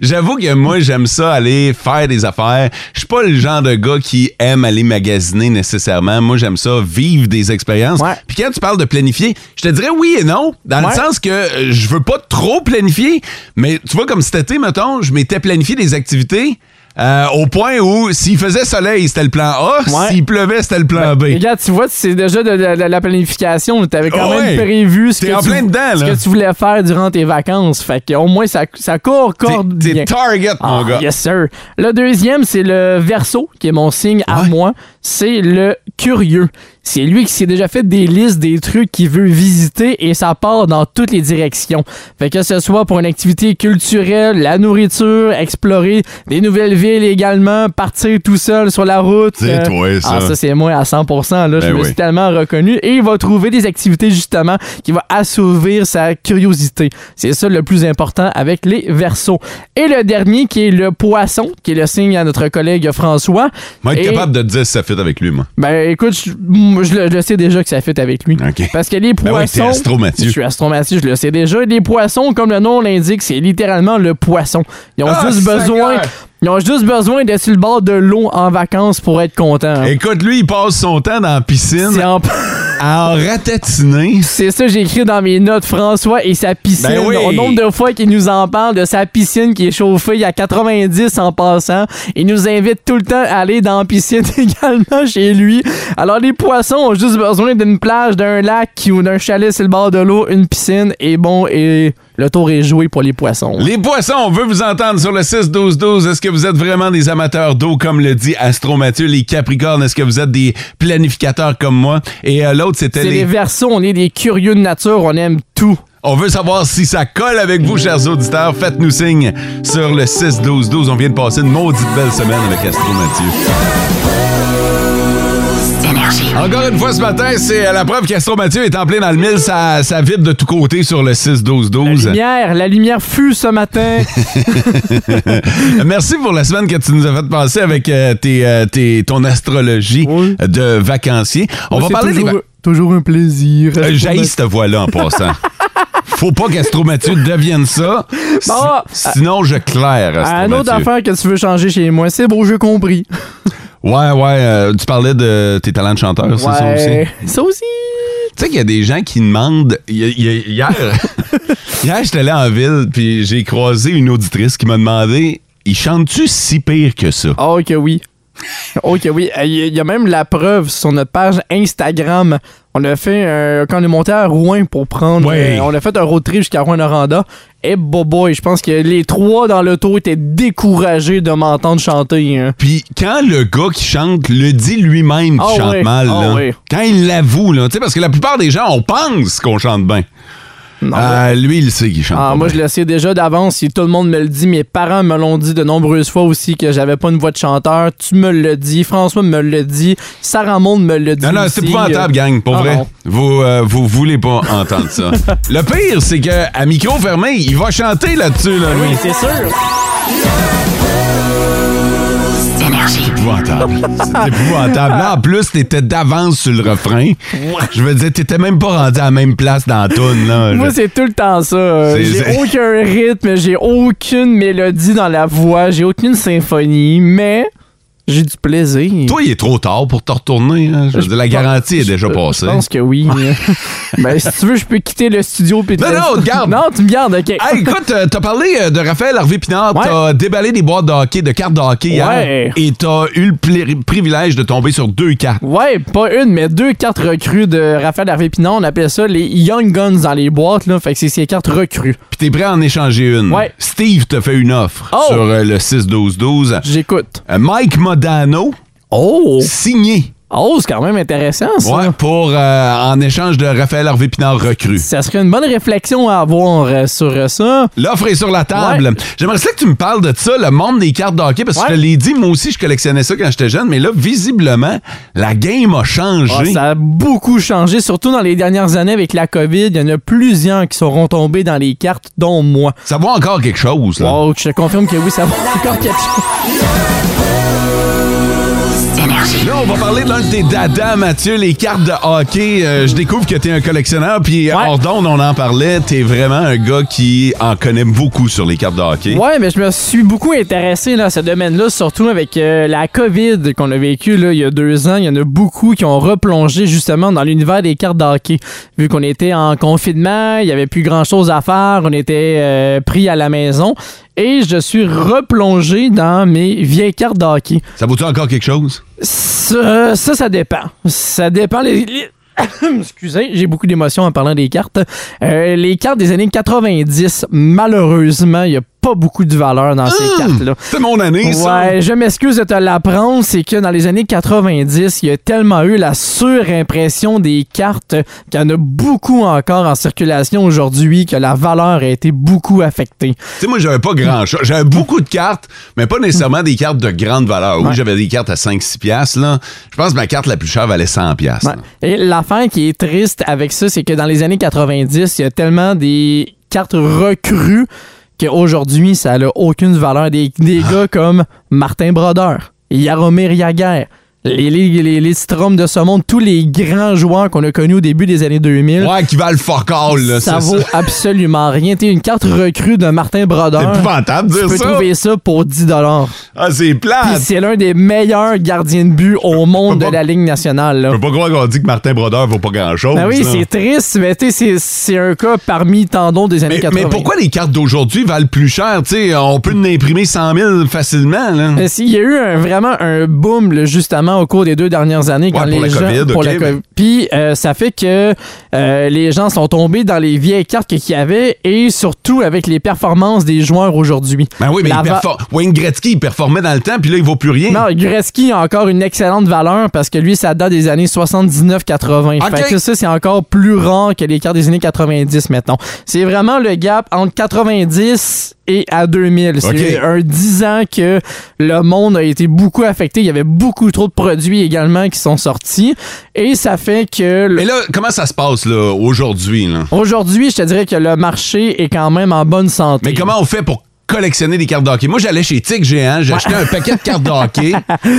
[SPEAKER 2] J'avoue que moi, j'aime ça, aller faire des affaires. Je suis pas le genre de gars qui aime aller magasiner nécessairement. Moi, j'aime ça, vivre des expériences.
[SPEAKER 3] Ouais.
[SPEAKER 2] Puis quand tu parles de planifier, je te dirais oui et non, dans
[SPEAKER 3] Ouais.
[SPEAKER 2] le sens que euh, je veux pas trop planifier, mais tu vois, comme cet été, mettons, je m'étais planifié des activités euh, au point où s'il faisait soleil, c'était le plan A,
[SPEAKER 3] Ouais.
[SPEAKER 2] s'il pleuvait, c'était le plan B.
[SPEAKER 3] Et Regarde, tu vois, c'est déjà de, de- de la planification. Tu avais quand
[SPEAKER 2] Ah
[SPEAKER 3] même
[SPEAKER 2] ouais.
[SPEAKER 3] prévu ce
[SPEAKER 2] T'es
[SPEAKER 3] que,
[SPEAKER 2] en
[SPEAKER 3] tu,
[SPEAKER 2] plein dedans,
[SPEAKER 3] ce
[SPEAKER 2] là.
[SPEAKER 3] que tu voulais faire durant tes vacances. Fait que au moins, ça, ça coordonne
[SPEAKER 2] T'es-
[SPEAKER 3] bien.
[SPEAKER 2] T'es target, mon
[SPEAKER 3] Ah,
[SPEAKER 2] gars.
[SPEAKER 3] Yes, sir. Le deuxième, c'est le verso, qui est mon signe à
[SPEAKER 2] Ouais.
[SPEAKER 3] moi. C'est le curieux. C'est lui qui s'est déjà fait des listes des trucs qu'il veut visiter et ça part dans toutes les directions. Fait que ce soit pour une activité culturelle, la nourriture, explorer des nouvelles villes également, partir tout seul sur la route.
[SPEAKER 2] C'est toi, ça.
[SPEAKER 3] Ah, ça, c'est moi à 100%. Là, je
[SPEAKER 2] Ben
[SPEAKER 3] me
[SPEAKER 2] oui.
[SPEAKER 3] suis tellement reconnu. Et il va trouver des activités, justement, qui va assouvir sa curiosité. C'est ça le plus important avec les versos. Et le dernier, qui est le poisson, qui est le signe à notre collègue François.
[SPEAKER 2] Moi, être
[SPEAKER 3] Et-
[SPEAKER 2] capable de te dire si ça fit avec lui, moi.
[SPEAKER 3] Ben, écoute, je, m- je le, je le sais déjà que ça fit avec lui.
[SPEAKER 2] Ok.
[SPEAKER 3] Parce que les
[SPEAKER 2] Ben oui,
[SPEAKER 3] poissons.
[SPEAKER 2] t'es astro, Mathieu.
[SPEAKER 3] Je suis astromathieu, je le sais déjà. Les poissons, comme le nom l'indique, c'est littéralement le poisson. Ils ont
[SPEAKER 2] Ah,
[SPEAKER 3] juste besoin.
[SPEAKER 2] Seigneur!
[SPEAKER 3] Ils ont juste besoin d'être sur le bord de l'eau en vacances pour être contents. hein.
[SPEAKER 2] Écoute, lui, il passe son temps dans la piscine
[SPEAKER 3] C'est en-
[SPEAKER 2] à en ratatiner.
[SPEAKER 3] C'est ça, j'ai écrit dans mes notes François et sa piscine.
[SPEAKER 2] Ben oui.
[SPEAKER 3] Au nombre de fois qu'il nous en parle de sa piscine qui est chauffée à 90 en passant. Il nous invite tout le temps à aller dans la piscine également chez lui. Alors, les poissons ont juste besoin d'une plage, d'un lac ou d'un chalet sur le bord de l'eau, une piscine et bon, et le tour est joué pour les poissons.
[SPEAKER 2] Les poissons, on veut vous entendre sur le 6-12-12. Est-ce que vous êtes vraiment des amateurs d'eau, comme le dit Astro Mathieu? Les Capricornes, est-ce que vous êtes des planificateurs comme moi? Et euh, l'autre, c'était
[SPEAKER 3] C'est
[SPEAKER 2] les...
[SPEAKER 3] les versos, on est des curieux de nature, on aime tout.
[SPEAKER 2] On veut savoir si ça colle avec vous, chers auditeurs. Faites-nous signe sur le 6-12-12. On vient de passer une maudite belle semaine avec Astro Mathieu. Encore une fois ce matin, c'est euh, la preuve qu'Astro Mathieu est en plein dans le mille. Ça, ça vibre de tous côtés sur le 6-12-12.
[SPEAKER 3] Lumière, la lumière fut ce matin.
[SPEAKER 2] Merci pour la semaine que tu nous as fait passer avec euh, tes, euh, tes- ton astrologie
[SPEAKER 3] Oui.
[SPEAKER 2] de vacancier. On va
[SPEAKER 3] C'est
[SPEAKER 2] parler des Euh,
[SPEAKER 3] toujours,
[SPEAKER 2] vacances.
[SPEAKER 3] toujours un plaisir.
[SPEAKER 2] Jaillit cette voix-là en passant. Faut pas qu'Astromathieu devienne ça. Si-
[SPEAKER 3] Bon. euh,
[SPEAKER 2] sinon, je claire.
[SPEAKER 3] Un
[SPEAKER 2] Astromathieu.
[SPEAKER 3] Ah, autre affaire que tu veux changer chez moi, c'est beau, j'ai compris.
[SPEAKER 2] Ouais, ouais. euh, tu parlais de tes talents de chanteur, Ah, c'est ça aussi.
[SPEAKER 3] Ça aussi.
[SPEAKER 2] Tu sais qu'il y a des gens qui demandent. il y a- il y a- Hier, hier j'étais allé en ville, puis j'ai croisé une auditrice qui m'a demandé Il chante-tu si pire que ça
[SPEAKER 3] Oh que oui. Oh que oui. Il y a- il y a même la preuve sur notre page Instagram. On a fait un- quand on est monté à Rouen pour prendre,
[SPEAKER 2] Ouais.
[SPEAKER 3] euh, on a fait un road trip jusqu'à Rouen-Oranda. Et boboy, je pense que les trois dans l'auto étaient découragés de m'entendre chanter. hein.
[SPEAKER 2] Puis quand le gars qui chante le dit lui-même qu'il
[SPEAKER 3] Ah
[SPEAKER 2] chante
[SPEAKER 3] oui,
[SPEAKER 2] mal,
[SPEAKER 3] ah
[SPEAKER 2] là,
[SPEAKER 3] oui.
[SPEAKER 2] quand il l'avoue, là, tu sais, parce que la plupart des gens, on pense qu'on chante bien. Euh, Lui, il sait qu'il chante
[SPEAKER 3] Ah,
[SPEAKER 2] pas
[SPEAKER 3] moi,
[SPEAKER 2] bien.
[SPEAKER 3] je le sais déjà d'avance. Si tout le monde me le dit, mes parents me l'ont dit de nombreuses fois aussi que j'avais pas une voix de chanteur. Tu me le dis, François me le dit, Sarah Monde me le dit.
[SPEAKER 2] Non, non,
[SPEAKER 3] aussi.
[SPEAKER 2] c'est épouvantable, gang, pour
[SPEAKER 3] Ah
[SPEAKER 2] vrai.
[SPEAKER 3] non.
[SPEAKER 2] Vous, euh, vous voulez pas entendre ça. Le pire, c'est que à micro fermé, il va chanter là-dessus, là, lui.
[SPEAKER 3] euh, C'est sûr.
[SPEAKER 2] C'est épouvantable. C'est épouvantable. Là, en plus, t'étais d'avance sur le refrain. Je veux dire, t'étais même pas rendu à la même place dans la toune, là.
[SPEAKER 3] Moi,
[SPEAKER 2] Je-
[SPEAKER 3] c'est tout le temps ça. Euh,
[SPEAKER 2] C'est-
[SPEAKER 3] J'ai
[SPEAKER 2] c'est-
[SPEAKER 3] aucun rythme, j'ai aucune mélodie dans la voix, j'ai aucune symphonie, mais j'ai du plaisir.
[SPEAKER 2] Toi, il est trop tard pour te retourner. hein. Je veux dire, la garantie est déjà
[SPEAKER 3] Je-
[SPEAKER 2] passée.
[SPEAKER 3] Je pense que oui. ben, si tu veux, je peux quitter le studio puis te
[SPEAKER 2] Non,
[SPEAKER 3] laisser-
[SPEAKER 2] non, garde.
[SPEAKER 3] Non, tu me gardes, ok.
[SPEAKER 2] Hey, écoute, euh, t'as parlé euh, de Raphaël Harvey Pinard,
[SPEAKER 3] Ouais.
[SPEAKER 2] t'as déballé des boîtes de hockey, de cartes de hockey hier,
[SPEAKER 3] Ouais.
[SPEAKER 2] et t'as eu le pli- privilège de tomber sur deux cartes.
[SPEAKER 3] Ouais, pas une, mais deux cartes recrues de Raphaël Hervé Pinon. On appelle ça les Young Guns dans les boîtes, là. Fait que c'est ces cartes recrues.
[SPEAKER 2] Puis t'es prêt à en échanger une.
[SPEAKER 3] Ouais.
[SPEAKER 2] Steve te fait une offre
[SPEAKER 3] Oh.
[SPEAKER 2] sur euh, le 6-12-12.
[SPEAKER 3] J'écoute.
[SPEAKER 2] Euh, Mike Modano,
[SPEAKER 3] Oh!
[SPEAKER 2] signé
[SPEAKER 3] Oh, c'est quand même intéressant, ça.
[SPEAKER 2] Ouais, pour euh, en échange de Raphaël Harvey Pinard recrue.
[SPEAKER 3] Ça serait une bonne réflexion à avoir euh, sur euh, ça.
[SPEAKER 2] L'offre est sur la table. J'aimerais ça que tu me parles de ça, le monde des cartes de hockey, parce que
[SPEAKER 3] Ouais.
[SPEAKER 2] je te l'ai dit, moi aussi, je collectionnais ça quand j'étais jeune, mais là, visiblement, la game a changé.
[SPEAKER 3] Ah, ça a beaucoup changé, surtout dans les dernières années avec la COVID. Il y en a plusieurs qui seront tombés dans les cartes, dont moi.
[SPEAKER 2] Ça vaut encore quelque chose, là.
[SPEAKER 3] Oh, je te confirme que oui, ça va encore quelque chose.
[SPEAKER 2] Là, on va parler de l'un de tes dadas, Mathieu, les cartes de hockey. Euh, je découvre que t'es un collectionneur, puis euh,
[SPEAKER 3] Ouais.
[SPEAKER 2] hors d'onde, on en parlait. T'es vraiment un gars qui en connaît beaucoup sur les cartes de hockey.
[SPEAKER 3] Ouais, mais je me suis beaucoup intéressé là, à ce domaine-là, surtout avec euh, la COVID qu'on a vécu là, il y a deux ans. Il y en a beaucoup qui ont replongé justement dans l'univers des cartes de hockey. Vu qu'on était en confinement, il y avait plus grand-chose à faire, on était euh, pris à la maison. Et je suis replongé dans mes vieilles cartes de hockey.
[SPEAKER 2] Ça vaut-tu encore quelque chose?
[SPEAKER 3] Ça, ça, ça dépend. Ça dépend. Les, les- Excusez, j'ai beaucoup d'émotions en parlant des cartes. Euh, les cartes des années 90, malheureusement, il n'y a pas beaucoup de valeur dans ces cartes-là.
[SPEAKER 2] C'est mon année, ça!
[SPEAKER 3] Ouais, je m'excuse de te l'apprendre, c'est que dans les années 90, il y a tellement eu la surimpression des cartes qu'il y en a beaucoup encore en circulation aujourd'hui que la valeur a été beaucoup affectée.
[SPEAKER 2] Tu sais, moi, j'avais pas grand-chose. J'avais beaucoup de cartes, mais pas nécessairement des cartes de grande valeur. Oui, j'avais des cartes à 5-6 piastres, là. Je pense que ma carte la plus chère valait 100 piastres. là.
[SPEAKER 3] Ouais. Et l'affaire qui est triste avec ça, c'est que dans les années 90, il y a tellement des cartes recrues qu'aujourd'hui, ça n'a aucune valeur. Des, des
[SPEAKER 2] Ah.
[SPEAKER 3] gars comme Martin Brodeur, Yaromir Yaguer, les, les, les, les Strom de ce monde, tous les grands joueurs qu'on a connus au début des années 2000.
[SPEAKER 2] Ouais, qui valent fuck all, là.
[SPEAKER 3] ça
[SPEAKER 2] c'est
[SPEAKER 3] vaut absolument rien. T'es une carte recrue de Martin Brodeur.
[SPEAKER 2] C'est épouvantable de
[SPEAKER 3] Tu
[SPEAKER 2] dire
[SPEAKER 3] peux
[SPEAKER 2] ça.
[SPEAKER 3] trouver ça pour 10 dollars.
[SPEAKER 2] Ah, c'est
[SPEAKER 3] Puis
[SPEAKER 2] plate!
[SPEAKER 3] c'est l'un des meilleurs gardiens de but au monde de
[SPEAKER 2] pas-
[SPEAKER 3] la Ligue nationale. là.
[SPEAKER 2] Je peux pas croire qu'on dit que Martin Brodeur vaut pas grand-chose.
[SPEAKER 3] Ben oui,
[SPEAKER 2] là.
[SPEAKER 3] c'est triste, mais tu sais, c'est- c'est un cas parmi tant d'autres des années
[SPEAKER 2] Mais,
[SPEAKER 3] 80.
[SPEAKER 2] mais pourquoi les cartes d'aujourd'hui valent plus cher? Tu sais, on peut en imprimer 100 000 facilement. Là.
[SPEAKER 3] Euh, s'il y a eu un- vraiment un boom là, justement au cours des deux dernières années quand
[SPEAKER 2] pour
[SPEAKER 3] les
[SPEAKER 2] la
[SPEAKER 3] gens
[SPEAKER 2] COVID,
[SPEAKER 3] pour
[SPEAKER 2] ok,
[SPEAKER 3] la
[SPEAKER 2] mais-
[SPEAKER 3] COVID. Puis euh, ça fait que euh, les gens sont tombés dans les vieilles cartes que- qu'il y avait et surtout avec les performances des joueurs aujourd'hui.
[SPEAKER 2] Ben oui, mais
[SPEAKER 3] La
[SPEAKER 2] il
[SPEAKER 3] va-
[SPEAKER 2] perfor- Wayne Gretzky, il performait dans le temps, puis là, il vaut plus rien.
[SPEAKER 3] Non, Gretzky a encore une excellente valeur parce que lui, ça date des années 79-80.
[SPEAKER 2] Ok.
[SPEAKER 3] Fait que ça, c'est encore plus rare que les cartes des années 90, mettons. C'est vraiment le gap entre 90 et à 2000. C'est
[SPEAKER 2] Ok.
[SPEAKER 3] un 10 ans que le monde a été beaucoup affecté. Il y avait beaucoup trop de produits également qui sont sortis. Et ça fait que... le-
[SPEAKER 2] Mais là, comment ça se passe là aujourd'hui? Là?
[SPEAKER 3] Aujourd'hui, je te dirais que le marché est quand même en bonne santé.
[SPEAKER 2] Mais comment on fait pour collectionner des cartes de hockey? Moi, j'allais chez Tic Géant, j'achetais un paquet de cartes de hockey.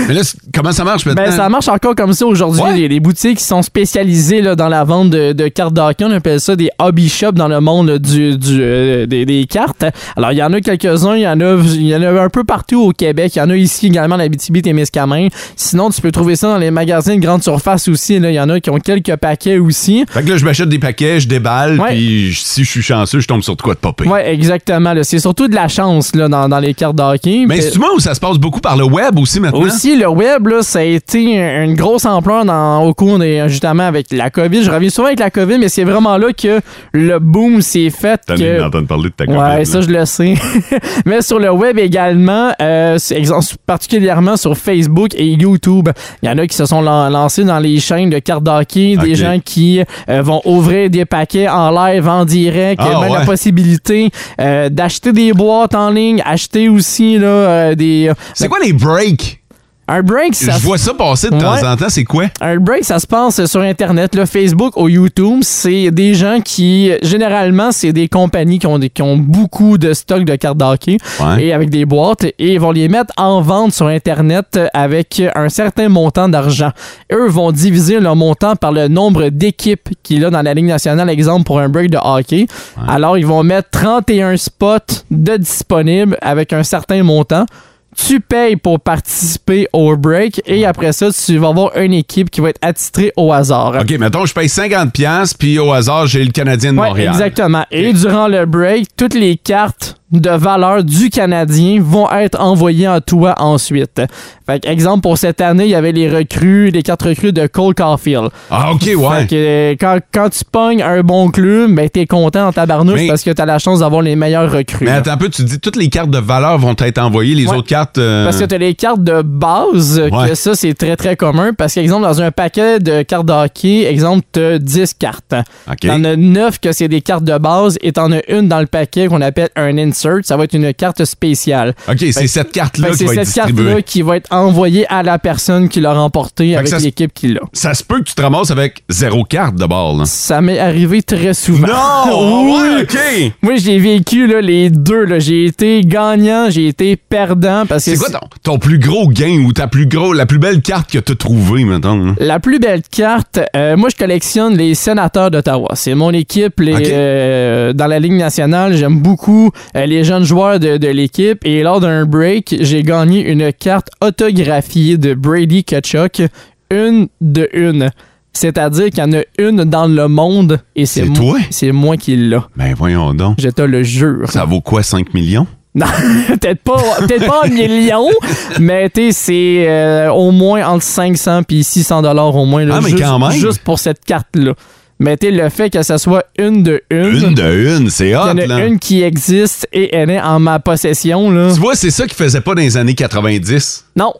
[SPEAKER 2] mais là, c'est- comment ça marche maintenant?
[SPEAKER 3] Ben, ça marche encore comme ça aujourd'hui.
[SPEAKER 2] Ouais.
[SPEAKER 3] Les, les boutiques qui sont spécialisées là, dans la vente de, de cartes d'hockey, on appelle ça des hobby shops dans le monde là, du, du, euh, des, des cartes. Alors, il y en a quelques-uns, il y en a, il y en a un peu partout au Québec. Il y en a ici également, la BTB, Témiscamingue. Sinon, tu peux trouver ça dans les magasins de grande surface aussi. là. Il y en a qui ont quelques paquets aussi.
[SPEAKER 2] Fait que là, je m'achète des paquets, je déballe,
[SPEAKER 3] Ouais.
[SPEAKER 2] puis je- si je suis chanceux, je tombe sur de quoi de popper.
[SPEAKER 3] Ouais, exactement. là. C'est surtout de la chance là, dans, dans les cartes d'hockey.
[SPEAKER 2] Mais c'est du moment où ça se passe beaucoup par le web aussi maintenant.
[SPEAKER 3] Aussi, le web, là, ça a été un- une grosse ampleur dans, au cours des, justement avec la COVID. Je reviens souvent avec la COVID, mais c'est vraiment là que le boom s'est fait.
[SPEAKER 2] T'as
[SPEAKER 3] que-
[SPEAKER 2] envie d'entendre parler de ta
[SPEAKER 3] Ouais,
[SPEAKER 2] copine,
[SPEAKER 3] ça
[SPEAKER 2] là.
[SPEAKER 3] je le sais. Mais sur le web également, euh, c'est- ex- particulièrement sur Facebook et YouTube, il y en a qui se sont lan- lancés dans les chaînes de cartes d'hockey,
[SPEAKER 2] Ok.
[SPEAKER 3] des gens qui euh, vont ouvrir des paquets en live, en direct,
[SPEAKER 2] Ah,
[SPEAKER 3] euh, même la
[SPEAKER 2] ouais.
[SPEAKER 3] possibilité euh, d'acheter des boîtes en ligne, acheter aussi là, euh, des...
[SPEAKER 2] C'est quoi les breaks?
[SPEAKER 3] Un break, ça
[SPEAKER 2] je
[SPEAKER 3] se
[SPEAKER 2] vois ça passer de temps
[SPEAKER 3] Ouais.
[SPEAKER 2] en temps, c'est quoi?
[SPEAKER 3] un Euh, break, ça se passe sur Internet, le Facebook ou YouTube. C'est des gens qui, généralement, c'est des compagnies qui ont, des- qui ont beaucoup de stocks de cartes d'hockey
[SPEAKER 2] Ouais.
[SPEAKER 3] et avec des boîtes et ils vont les mettre en vente sur Internet avec un certain montant d'argent. Eux vont diviser leur montant par le nombre d'équipes qu'il a dans la Ligue nationale, exemple pour un break de hockey. Alors, ils vont mettre 31 spots de disponibles avec un certain montant tu payes pour participer au break et après ça, tu vas avoir une équipe qui va être attitrée au hasard.
[SPEAKER 2] OK, mettons, je paye 50$, puis au hasard, j'ai le Canadien de
[SPEAKER 3] Ouais,
[SPEAKER 2] Montréal.
[SPEAKER 3] exactement. Et durant le break, toutes les cartes de valeur du Canadien vont être envoyés à Ottawa ensuite. Fait que, exemple, pour cette année, il y avait les recrues, les quatre recrues de Cole Caulfield.
[SPEAKER 2] Ah, OK,
[SPEAKER 3] Fait
[SPEAKER 2] ouais.
[SPEAKER 3] que, euh, quand, quand tu pognes un bon club, ben, t'es content en tabarnouche
[SPEAKER 2] Mais-
[SPEAKER 3] parce que t'as la chance d'avoir les meilleurs recrues.
[SPEAKER 2] Mais attends un peu, tu dis toutes les cartes de valeur vont être envoyées, les
[SPEAKER 3] Ouais.
[SPEAKER 2] autres cartes. euh,
[SPEAKER 3] Parce que t'as les cartes de base, euh,
[SPEAKER 2] Ouais.
[SPEAKER 3] que ça, c'est très, très commun. Parce qu'exemple, dans un paquet de cartes de hockey, exemple, t'as 10 cartes.
[SPEAKER 2] OK.
[SPEAKER 3] T'en as 9 que c'est des cartes de base et t'en as une dans le paquet qu'on appelle un insert. Ça va être une carte spéciale.
[SPEAKER 2] OK, c'est
[SPEAKER 3] Fait-
[SPEAKER 2] cette
[SPEAKER 3] Fait
[SPEAKER 2] carte-là
[SPEAKER 3] que
[SPEAKER 2] qui
[SPEAKER 3] Ben, c'est
[SPEAKER 2] va être
[SPEAKER 3] cette carte-là
[SPEAKER 2] distribuée.
[SPEAKER 3] qui va être envoyée à la personne qui l'a remportée
[SPEAKER 2] que
[SPEAKER 3] avec
[SPEAKER 2] ça se-
[SPEAKER 3] l'équipe qui l'a.
[SPEAKER 2] Ça se peut que tu te ramasses avec zéro carte de bord, là.
[SPEAKER 3] Ça m'est arrivé très souvent.
[SPEAKER 2] Non!
[SPEAKER 3] Ben,
[SPEAKER 2] Ah
[SPEAKER 3] Oui!
[SPEAKER 2] Ouais, OK!
[SPEAKER 3] Moi, j'ai vécu là, les deux. là. J'ai été gagnant, j'ai été perdant. parce que
[SPEAKER 2] C'est quoi ton, ton plus gros gain ou ta plus gros, la plus belle carte que t'as trouvée, mettons? là?
[SPEAKER 3] La plus belle carte, euh, moi je collectionne les sénateurs d'Ottawa. C'est mon équipe les,
[SPEAKER 2] Ok.
[SPEAKER 3] euh, dans la Ligue nationale. J'aime beaucoup euh, les jeunes joueurs de, de l'équipe. Et lors d'un break, j'ai gagné une carte autographiée de Brady Kachuk, une de une. C'est-à-dire qu'il y en a une dans le monde et c'est
[SPEAKER 2] C'est
[SPEAKER 3] moi-
[SPEAKER 2] toi?
[SPEAKER 3] C'est moi qui l'a.
[SPEAKER 2] Ben voyons donc.
[SPEAKER 3] Je te le jure.
[SPEAKER 2] Ça vaut quoi, 5 millions?
[SPEAKER 3] Non, peut-être pas, peut-être pas un million, mais tu sais, c'est euh, au moins entre 500 puis 600 dollars au moins. là,
[SPEAKER 2] Ah, mais
[SPEAKER 3] juste,
[SPEAKER 2] quand même.
[SPEAKER 3] juste pour cette carte-là. Mais tu sais, le fait que ça soit une de une,
[SPEAKER 2] Une de une, c'est hot,
[SPEAKER 3] il y en a
[SPEAKER 2] là.
[SPEAKER 3] une qui existe et elle est en ma possession, là.
[SPEAKER 2] Tu vois, c'est ça qu'ils faisaient pas dans les années 90.
[SPEAKER 3] Non.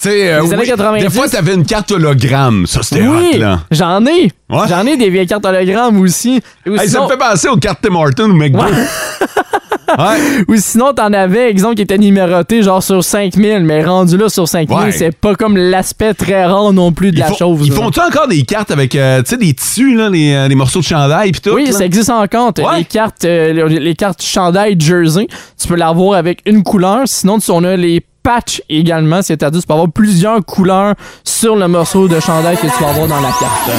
[SPEAKER 2] Tu sais, euh,
[SPEAKER 3] Les années
[SPEAKER 2] oui,
[SPEAKER 3] 90.
[SPEAKER 2] des fois, t'avais une carte hologramme. Ça, c'était hot,
[SPEAKER 3] Oui,
[SPEAKER 2] là.
[SPEAKER 3] j'en ai.
[SPEAKER 2] Ouais.
[SPEAKER 3] J'en ai des vieilles cartes hologrammes aussi. Ou
[SPEAKER 2] Hey, ça
[SPEAKER 3] sinon-
[SPEAKER 2] me fait penser aux cartes Tim Hortons ou McDo.
[SPEAKER 3] Ouais.
[SPEAKER 2] Ouais.
[SPEAKER 3] Ou sinon, t'en avais, exemple, qui était numéroté genre sur 5000, mais rendu là sur 5000,
[SPEAKER 2] Ouais.
[SPEAKER 3] c'est pas comme l'aspect très rare non plus de
[SPEAKER 2] Ils,
[SPEAKER 3] la
[SPEAKER 2] font,
[SPEAKER 3] chose.
[SPEAKER 2] ils
[SPEAKER 3] là.
[SPEAKER 2] font-tu encore des cartes avec, euh, tu sais, des tissus, là, les, euh, les morceaux de chandail pis tout?
[SPEAKER 3] Oui,
[SPEAKER 2] là?
[SPEAKER 3] ça existe encore. T'as
[SPEAKER 2] Ouais.
[SPEAKER 3] Les cartes, euh, les, les cartes chandail jersey, tu peux l'avoir avec une couleur. Sinon, tu en as les patchs également, c'est-à-dire tu peux avoir plusieurs couleurs sur le morceau de chandail que tu vas avoir dans la carte.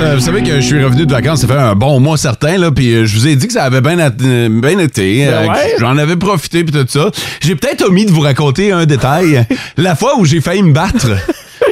[SPEAKER 2] Euh, vous savez que je suis revenu de vacances, ça fait un bon mois certain, là, puis euh, je vous ai dit que ça avait bien at- euh, bien été. euh,
[SPEAKER 3] Ben ouais.
[SPEAKER 2] que J'en avais profité, puis tout ça. J'ai peut-être omis de vous raconter un détail. la fois où j'ai failli me battre.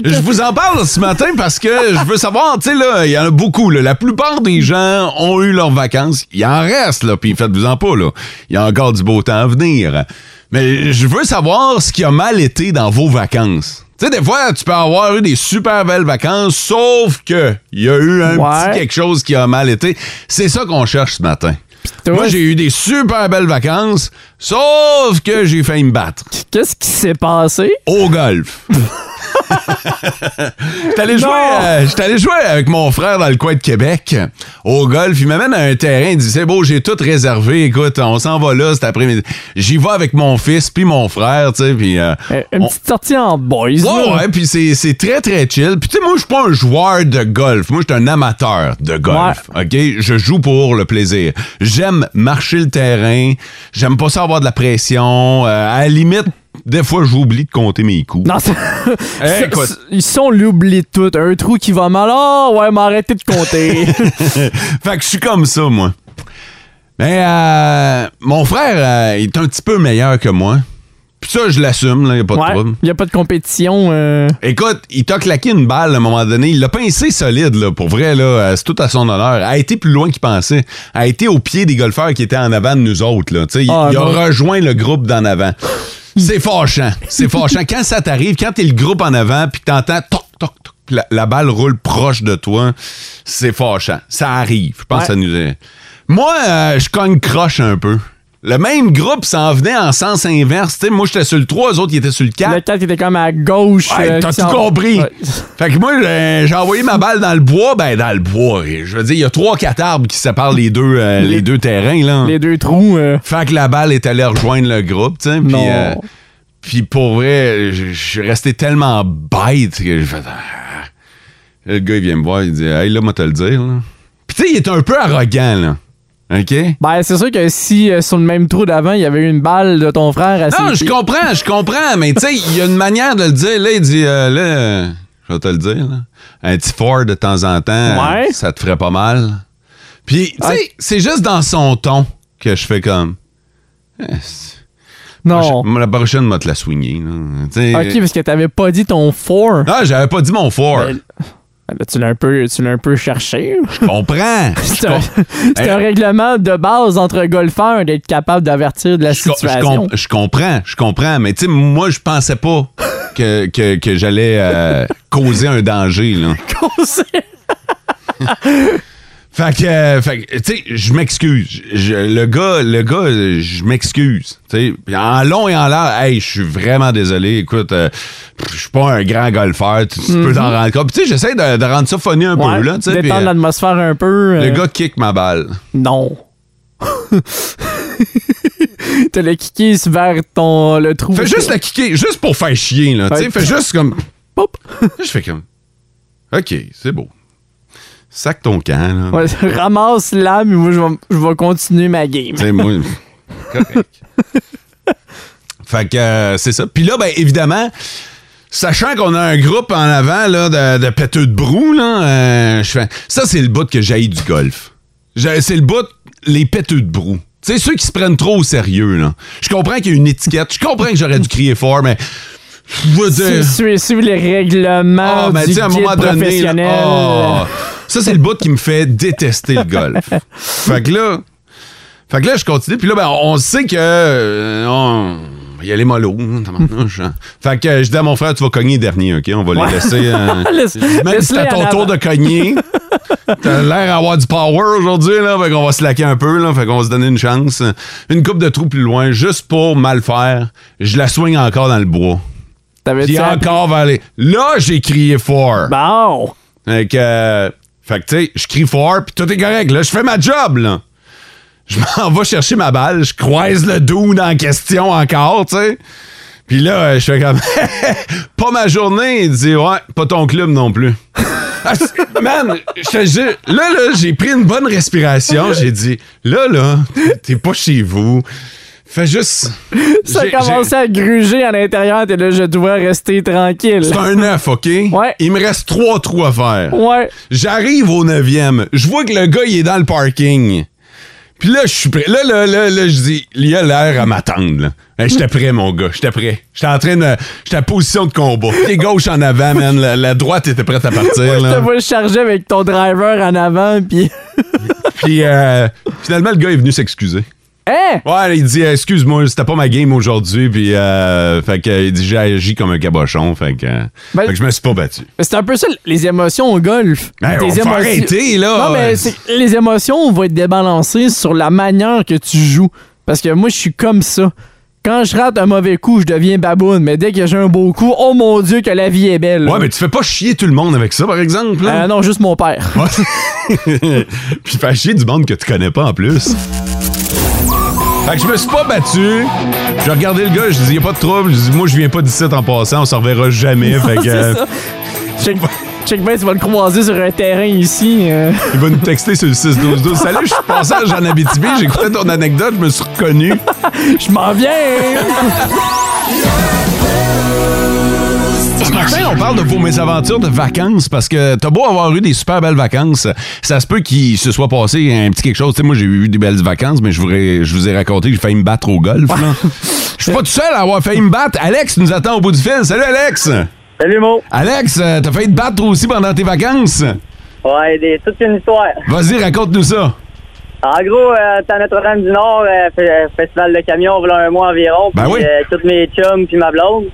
[SPEAKER 2] Je vous en parle ce matin parce que je veux savoir, tu sais, là, il y en a beaucoup, là. La plupart des gens ont eu leurs vacances. Il en reste, là, puis faites-vous-en pas, là. Il y a encore du beau temps à venir. Mais je veux savoir ce qui a mal été dans vos vacances. Tu sais, des fois, tu peux avoir eu des super belles vacances, sauf que il y a eu un
[SPEAKER 3] Ouais.
[SPEAKER 2] petit quelque chose qui a mal été. C'est ça qu'on cherche ce matin.
[SPEAKER 3] toi?
[SPEAKER 2] Moi, j'ai eu des super belles vacances, sauf que j'ai failli me battre
[SPEAKER 3] Qu'est-ce qui s'est passé?
[SPEAKER 2] au golf. J'étais allé, jouer, euh, j'étais allé jouer avec mon frère dans le coin de Québec euh, au golf. Il m'amène à un terrain. Il dit C'est beau, j'ai tout réservé. Écoute, on s'en va là cet après-midi. J'y vais avec mon fils puis mon frère, tu sais. Puis. euh,
[SPEAKER 3] Euh, Une
[SPEAKER 2] on-
[SPEAKER 3] petite sortie en boys.
[SPEAKER 2] Ouais,
[SPEAKER 3] là.
[SPEAKER 2] ouais, puis c'est, c'est très, très chill. Puis tu sais, moi, je suis pas un joueur de golf. Moi, je suis un amateur de golf, OK? Je joue pour le plaisir. J'aime marcher le terrain. J'aime pas ça avoir de la pression. Euh, à la limite, des fois, j'oublie de compter mes coups.
[SPEAKER 3] Non, c'est-
[SPEAKER 2] Eh,
[SPEAKER 3] c'est-
[SPEAKER 2] écoute.
[SPEAKER 3] c'est- ils sont l'oubli tout. Un trou qui va mal. Ah, ouais, m'arrêter de compter.
[SPEAKER 2] fait que je suis comme ça, moi. Mais euh, mon frère euh, il est un petit peu meilleur que moi. Puis ça, je l'assume, là, y a pas de
[SPEAKER 3] ouais.
[SPEAKER 2] trouble.
[SPEAKER 3] Il n'y a pas de compétition. euh.
[SPEAKER 2] Écoute, il t'a claqué une balle à un moment donné. Il l'a pincé solide, là, pour vrai, là. euh, C'est tout à son honneur. A été plus loin qu'il pensait. A été au pied des golfeurs qui étaient en avant de nous autres, là. Tu sais, il-
[SPEAKER 3] Ah,
[SPEAKER 2] il a
[SPEAKER 3] non.
[SPEAKER 2] rejoint le groupe d'en avant. C'est fâchant. C'est fâchant. Quand ça t'arrive, quand t'es le groupe en avant, puis que t'entends toc, toc, toc, la, la balle roule proche de toi, c'est fâchant. Ça arrive. Je pense
[SPEAKER 3] Ouais.
[SPEAKER 2] que ça nous est- Moi, euh, je cogne croche un peu. Le même groupe s'en venait en sens inverse. Tu sais, moi, j'étais sur le 3, eux autres, ils étaient sur le 4.
[SPEAKER 3] Le 4 était comme à gauche.
[SPEAKER 2] Ouais,
[SPEAKER 3] euh,
[SPEAKER 2] Ah, t'as
[SPEAKER 3] qui
[SPEAKER 2] tout
[SPEAKER 3] s'en-
[SPEAKER 2] compris.
[SPEAKER 3] Ouais.
[SPEAKER 2] Fait que moi, j'ai j'ai envoyé ma balle dans le bois. Ben, dans le bois. Je veux dire, il y a trois, quatre arbres qui séparent les deux, euh, les,
[SPEAKER 3] Les-
[SPEAKER 2] deux terrains, là.
[SPEAKER 3] Les deux trous. euh.
[SPEAKER 2] Fait que la balle est allée rejoindre le groupe, tu sais. Puis,
[SPEAKER 3] Non.
[SPEAKER 2] euh, puis pour vrai, je je suis resté tellement bête que j'ai fait. Ah. Le gars, il vient me voir, il dit Hey, là, moi, te le dire, là. Puis, tu sais, il est un peu arrogant, là. OK?
[SPEAKER 3] Ben, c'est sûr que si euh, sur le même trou d'avant, il y avait eu une balle de ton frère à
[SPEAKER 2] Non,
[SPEAKER 3] ses
[SPEAKER 2] je
[SPEAKER 3] pieds-
[SPEAKER 2] comprends, je comprends, mais tu sais, il y a une manière de le dire. Là, il dit, euh, là, euh, je vais te le dire, là, un petit fort de temps en temps, euh,
[SPEAKER 3] Ouais. Ah.
[SPEAKER 2] ça te ferait pas mal. Puis, tu sais,
[SPEAKER 3] Ouais.
[SPEAKER 2] c'est juste dans son ton que je fais comme. Eh, c'est-
[SPEAKER 3] Non. Ah,
[SPEAKER 2] La prochaine, m'a te la swinguer. là. Tu sais, Ah,
[SPEAKER 3] Ok, parce que t'avais pas dit ton four.
[SPEAKER 2] non, j'avais pas dit mon fort.
[SPEAKER 3] Ben, Là, tu l'as un peu, tu l'as un peu cherché.
[SPEAKER 2] Comprends?
[SPEAKER 3] C'est un, c'est un règlement de base entre golfeurs d'être capable d'avertir de la
[SPEAKER 2] Je, com- je
[SPEAKER 3] situation.
[SPEAKER 2] com- je comprends, je comprends, mais tu sais, moi, je pensais pas que, que, que j'allais euh, causer un danger, là. Fait que, euh, fait que, tu sais, je m'excuse. Je- Le gars, le gars, euh, je m'excuse. Tu sais, Puis en long et en large, hey, je suis vraiment désolé. Écoute, euh, pff, je suis pas un grand golfeur. Tu, tu peux t'en rendre compte. Puis tu sais, j'essaie de, de rendre ça funny un
[SPEAKER 3] Mhm. Ouais,
[SPEAKER 2] peu, là. tu sais, puis,
[SPEAKER 3] détendre
[SPEAKER 2] euh,
[SPEAKER 3] l'atmosphère un peu.
[SPEAKER 2] le
[SPEAKER 3] euh,
[SPEAKER 2] gars kick ma balle.
[SPEAKER 3] Non. T'as le kické vers ton, le trou.
[SPEAKER 2] Fais juste la kicker, juste pour faire chier, là. Tu sais,
[SPEAKER 3] Ouais.
[SPEAKER 2] fais juste comme.
[SPEAKER 3] Pop!
[SPEAKER 2] Là, je fais comme. OK, c'est beau. Sac ton camp, là.
[SPEAKER 3] Ouais, ramasse là, mais moi, je vais, je vais continuer ma game.
[SPEAKER 2] Tu sais, moi. correct. Fait que euh, c'est ça. Puis là, ben évidemment. Sachant qu'on a un groupe en avant là, de, de péteux de brou, là, euh, je fais- ça, c'est le bout que j'haïs du golf. J'ai- C'est le bout, les péteux de brou. Tu sais, ceux qui se prennent trop au sérieux. là. Je comprends qu'il y a une étiquette. Je comprends que j'aurais dû crier fort, mais je veux
[SPEAKER 3] Su-
[SPEAKER 2] dire...
[SPEAKER 3] su- Suivre les règlements
[SPEAKER 2] Ah, mais
[SPEAKER 3] du
[SPEAKER 2] tu sais, à un
[SPEAKER 3] guide
[SPEAKER 2] moment donné. là,
[SPEAKER 3] professionnel.
[SPEAKER 2] ah, ça, c'est le bout qui me fait détester le golf. Fait que là. Fait que là, je continue. Puis là, ben, on sait que. euh, on va y aller mollo. hein, tabarnouche, hein. Fait que euh, je dis à mon frère, tu vas cogner dernier, OK? On va les laisser. euh,
[SPEAKER 3] Laisse-
[SPEAKER 2] Même si
[SPEAKER 3] laisse-les
[SPEAKER 2] t'as
[SPEAKER 3] en
[SPEAKER 2] ton
[SPEAKER 3] avant.
[SPEAKER 2] tour de cogner, t'as l'air d'avoir du power aujourd'hui, là. Fait qu'on va se laquer un peu, là. Fait qu'on va se donner une chance. Une coupe de trous plus loin, juste pour mal faire. Je la soigne encore dans le bois.
[SPEAKER 3] T'avais-tu
[SPEAKER 2] Puis
[SPEAKER 3] appris- Bah.
[SPEAKER 2] encore vers les... Là, j'ai crié fort.
[SPEAKER 3] Bon!
[SPEAKER 2] Fait que, euh, fait que, tu sais, je crie fort, puis tout est correct. Là, je fais ma job, là. Je m'en vais chercher ma balle, je croise le dude en question encore, tu sais. Puis là, euh, je fais comme, pas ma journée. Il dit, ouais, pas ton club non plus. Ah, c'est- Man, je te jure, là, là, j'ai pris une bonne respiration. J'ai dit, là, là, t'es pas chez vous. Fais juste.
[SPEAKER 3] Ça a
[SPEAKER 2] j'ai-
[SPEAKER 3] commencé à gruger à l'intérieur, t'es là, je dois rester tranquille.
[SPEAKER 2] C'est un 9, OK?
[SPEAKER 3] Ouais.
[SPEAKER 2] Il me reste trois trous à faire.
[SPEAKER 3] Ouais.
[SPEAKER 2] J'arrive au 9e. Je vois que le gars, il est dans le parking. Puis là, je suis prêt. Là, là, là, là, je dis, il a l'air à m'attendre. là. Hey, j'étais prêt, mon gars. J'étais prêt. J'étais en train de. J'étais en position de combat. Pied gauche en avant, man. La, la droite était prête à partir.
[SPEAKER 3] Je te
[SPEAKER 2] là.
[SPEAKER 3] vois charger avec ton driver en avant, puis.
[SPEAKER 2] Puis euh, finalement, le gars est venu s'excuser.
[SPEAKER 3] Hein?
[SPEAKER 2] Ouais, il dit, excuse-moi, c'était pas ma game aujourd'hui. Puis, euh, fait que, il dit, j'ai agi comme un cabochon. Fait que,
[SPEAKER 3] Ben-
[SPEAKER 2] fait que je me suis pas battu.
[SPEAKER 3] Mais C'est un peu ça, les émotions au golf.
[SPEAKER 2] Hey, Ben,
[SPEAKER 3] Tes
[SPEAKER 2] on faut
[SPEAKER 3] émotions-
[SPEAKER 2] arrêter, là.
[SPEAKER 3] Non, mais c'est- les émotions vont être débalancées sur la manière que tu joues. Parce que moi, je suis comme ça. Quand je rate un mauvais coup, je deviens baboune. Mais dès que j'ai un beau coup, oh mon Dieu, que la vie est belle.
[SPEAKER 2] Ouais, mais tu fais pas chier tout le monde avec ça, par exemple. là?
[SPEAKER 3] Euh, non, juste mon père.
[SPEAKER 2] Ouais. Puis fais chier du monde que tu connais pas en plus. Fait que je me suis pas battu. J'ai regardé le gars, je dis, y a pas de trouble. Je dis, moi, je viens pas d'ici en passant, on s'en reverra jamais. fait que, euh,
[SPEAKER 3] C'est ça. Check, check bien, tu vas le croiser sur un terrain ici. euh.
[SPEAKER 2] il va nous texter sur le 6-12-12. Salut, je suis passage en Abitibi, j'écoutais ton anecdote, je me suis reconnu.
[SPEAKER 3] Je m'en viens!
[SPEAKER 2] Ce matin, on parle de vos mésaventures de vacances parce que t'as beau avoir eu des super belles vacances, ça se peut qu'il se soit passé un petit quelque chose. Tu sais, moi, j'ai eu des belles vacances, mais je vous, ai- je vous ai raconté que j'ai failli me battre au golf. là. Je suis pas tout seul à avoir failli me battre. Alex nous attend au bout du fil. Salut, Alex!
[SPEAKER 7] Salut Mo.
[SPEAKER 2] Alex, euh, t'as failli te battre aussi pendant tes vacances?
[SPEAKER 7] Ouais, des, toute une histoire.
[SPEAKER 2] Vas-y, raconte-nous ça.
[SPEAKER 7] En gros, euh, t'es à Notre-Dame du Nord, euh, fe- euh, festival de camion, voilà un mois environ.
[SPEAKER 2] Ben
[SPEAKER 7] puis,
[SPEAKER 2] oui.
[SPEAKER 7] euh, toutes mes chums puis ma blonde.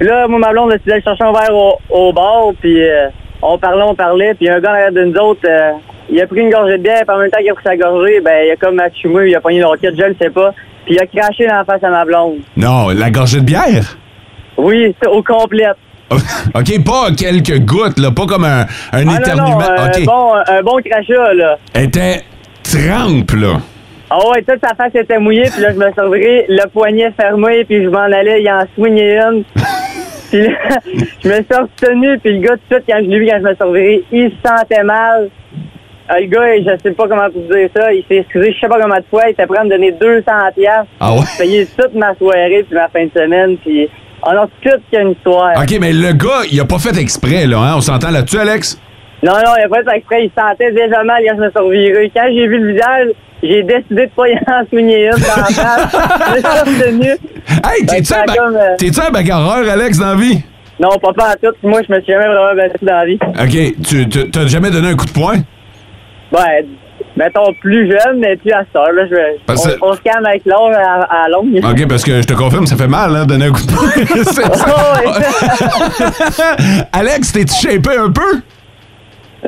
[SPEAKER 7] Puis là, moi ma blonde, on allé chercher un verre au, au bar, puis euh, on parlait, on parlait, puis un gars en arrière de nous autres, euh, il a pris une gorgée de bière, puis en même temps qu'il a pris sa gorgée, ben il a comme assumé, il a pogné une roquette, je le sais pas, puis il a craché dans la face à ma blonde.
[SPEAKER 2] Non, la gorgée de bière?
[SPEAKER 7] Oui, c'est au complet.
[SPEAKER 2] OK, pas quelques gouttes, là, pas comme un, un
[SPEAKER 7] Ah non, non,
[SPEAKER 2] éternuement.
[SPEAKER 7] euh,
[SPEAKER 2] OK,
[SPEAKER 7] bon, un bon crachat, là.
[SPEAKER 2] Elle était trempe, là.
[SPEAKER 7] Ah ouais, toute sa face était mouillée, puis là, je me suis ouvri, le poignet fermé, puis je m'en allais, il en swingait une. puis là, je me suis retenu, puis le gars, tout de suite, quand je l'ai vu, quand je me suis ouvri, il se sentait mal. Euh, le gars, je sais pas comment vous dire ça, il s'est excusé, je sais pas comment de fois, il était prêt à me donner 200 piastres.
[SPEAKER 2] Ah ouais?
[SPEAKER 7] Payer toute ma soirée, puis ma fin de semaine, puis on a toute une histoire.
[SPEAKER 2] OK, mais le gars, il a pas fait exprès, là, hein? On s'entend là-dessus, Alex?
[SPEAKER 7] Non, non, il a pas fait exprès, il se sentait déjà mal quand je me suis reviré. Quand j'ai vu le visage, j'ai décidé de pas y en soigner une dans la face. je me suis retenu.
[SPEAKER 2] Hey, t'es-tu
[SPEAKER 7] Ben,
[SPEAKER 2] un, ba-
[SPEAKER 7] comme, euh,
[SPEAKER 2] t'es-tu un bagarreur, Alex, dans la vie?
[SPEAKER 7] Non, pas pas à tout. Moi, je me suis jamais vraiment battu dans la vie.
[SPEAKER 2] OK. Tu tu- t'as jamais donné un coup de poing?
[SPEAKER 7] Ben, mettons plus jeune, mais plus à cette heure, là, je vais-
[SPEAKER 2] Parce que-
[SPEAKER 7] on, on se calme avec l'or à, à longue.
[SPEAKER 2] OK, parce que je te confirme, ça fait mal, hein, donner un coup de poing. C'est ça.
[SPEAKER 7] Oh, ouais.
[SPEAKER 2] Alex, t'es-tu shapé un peu?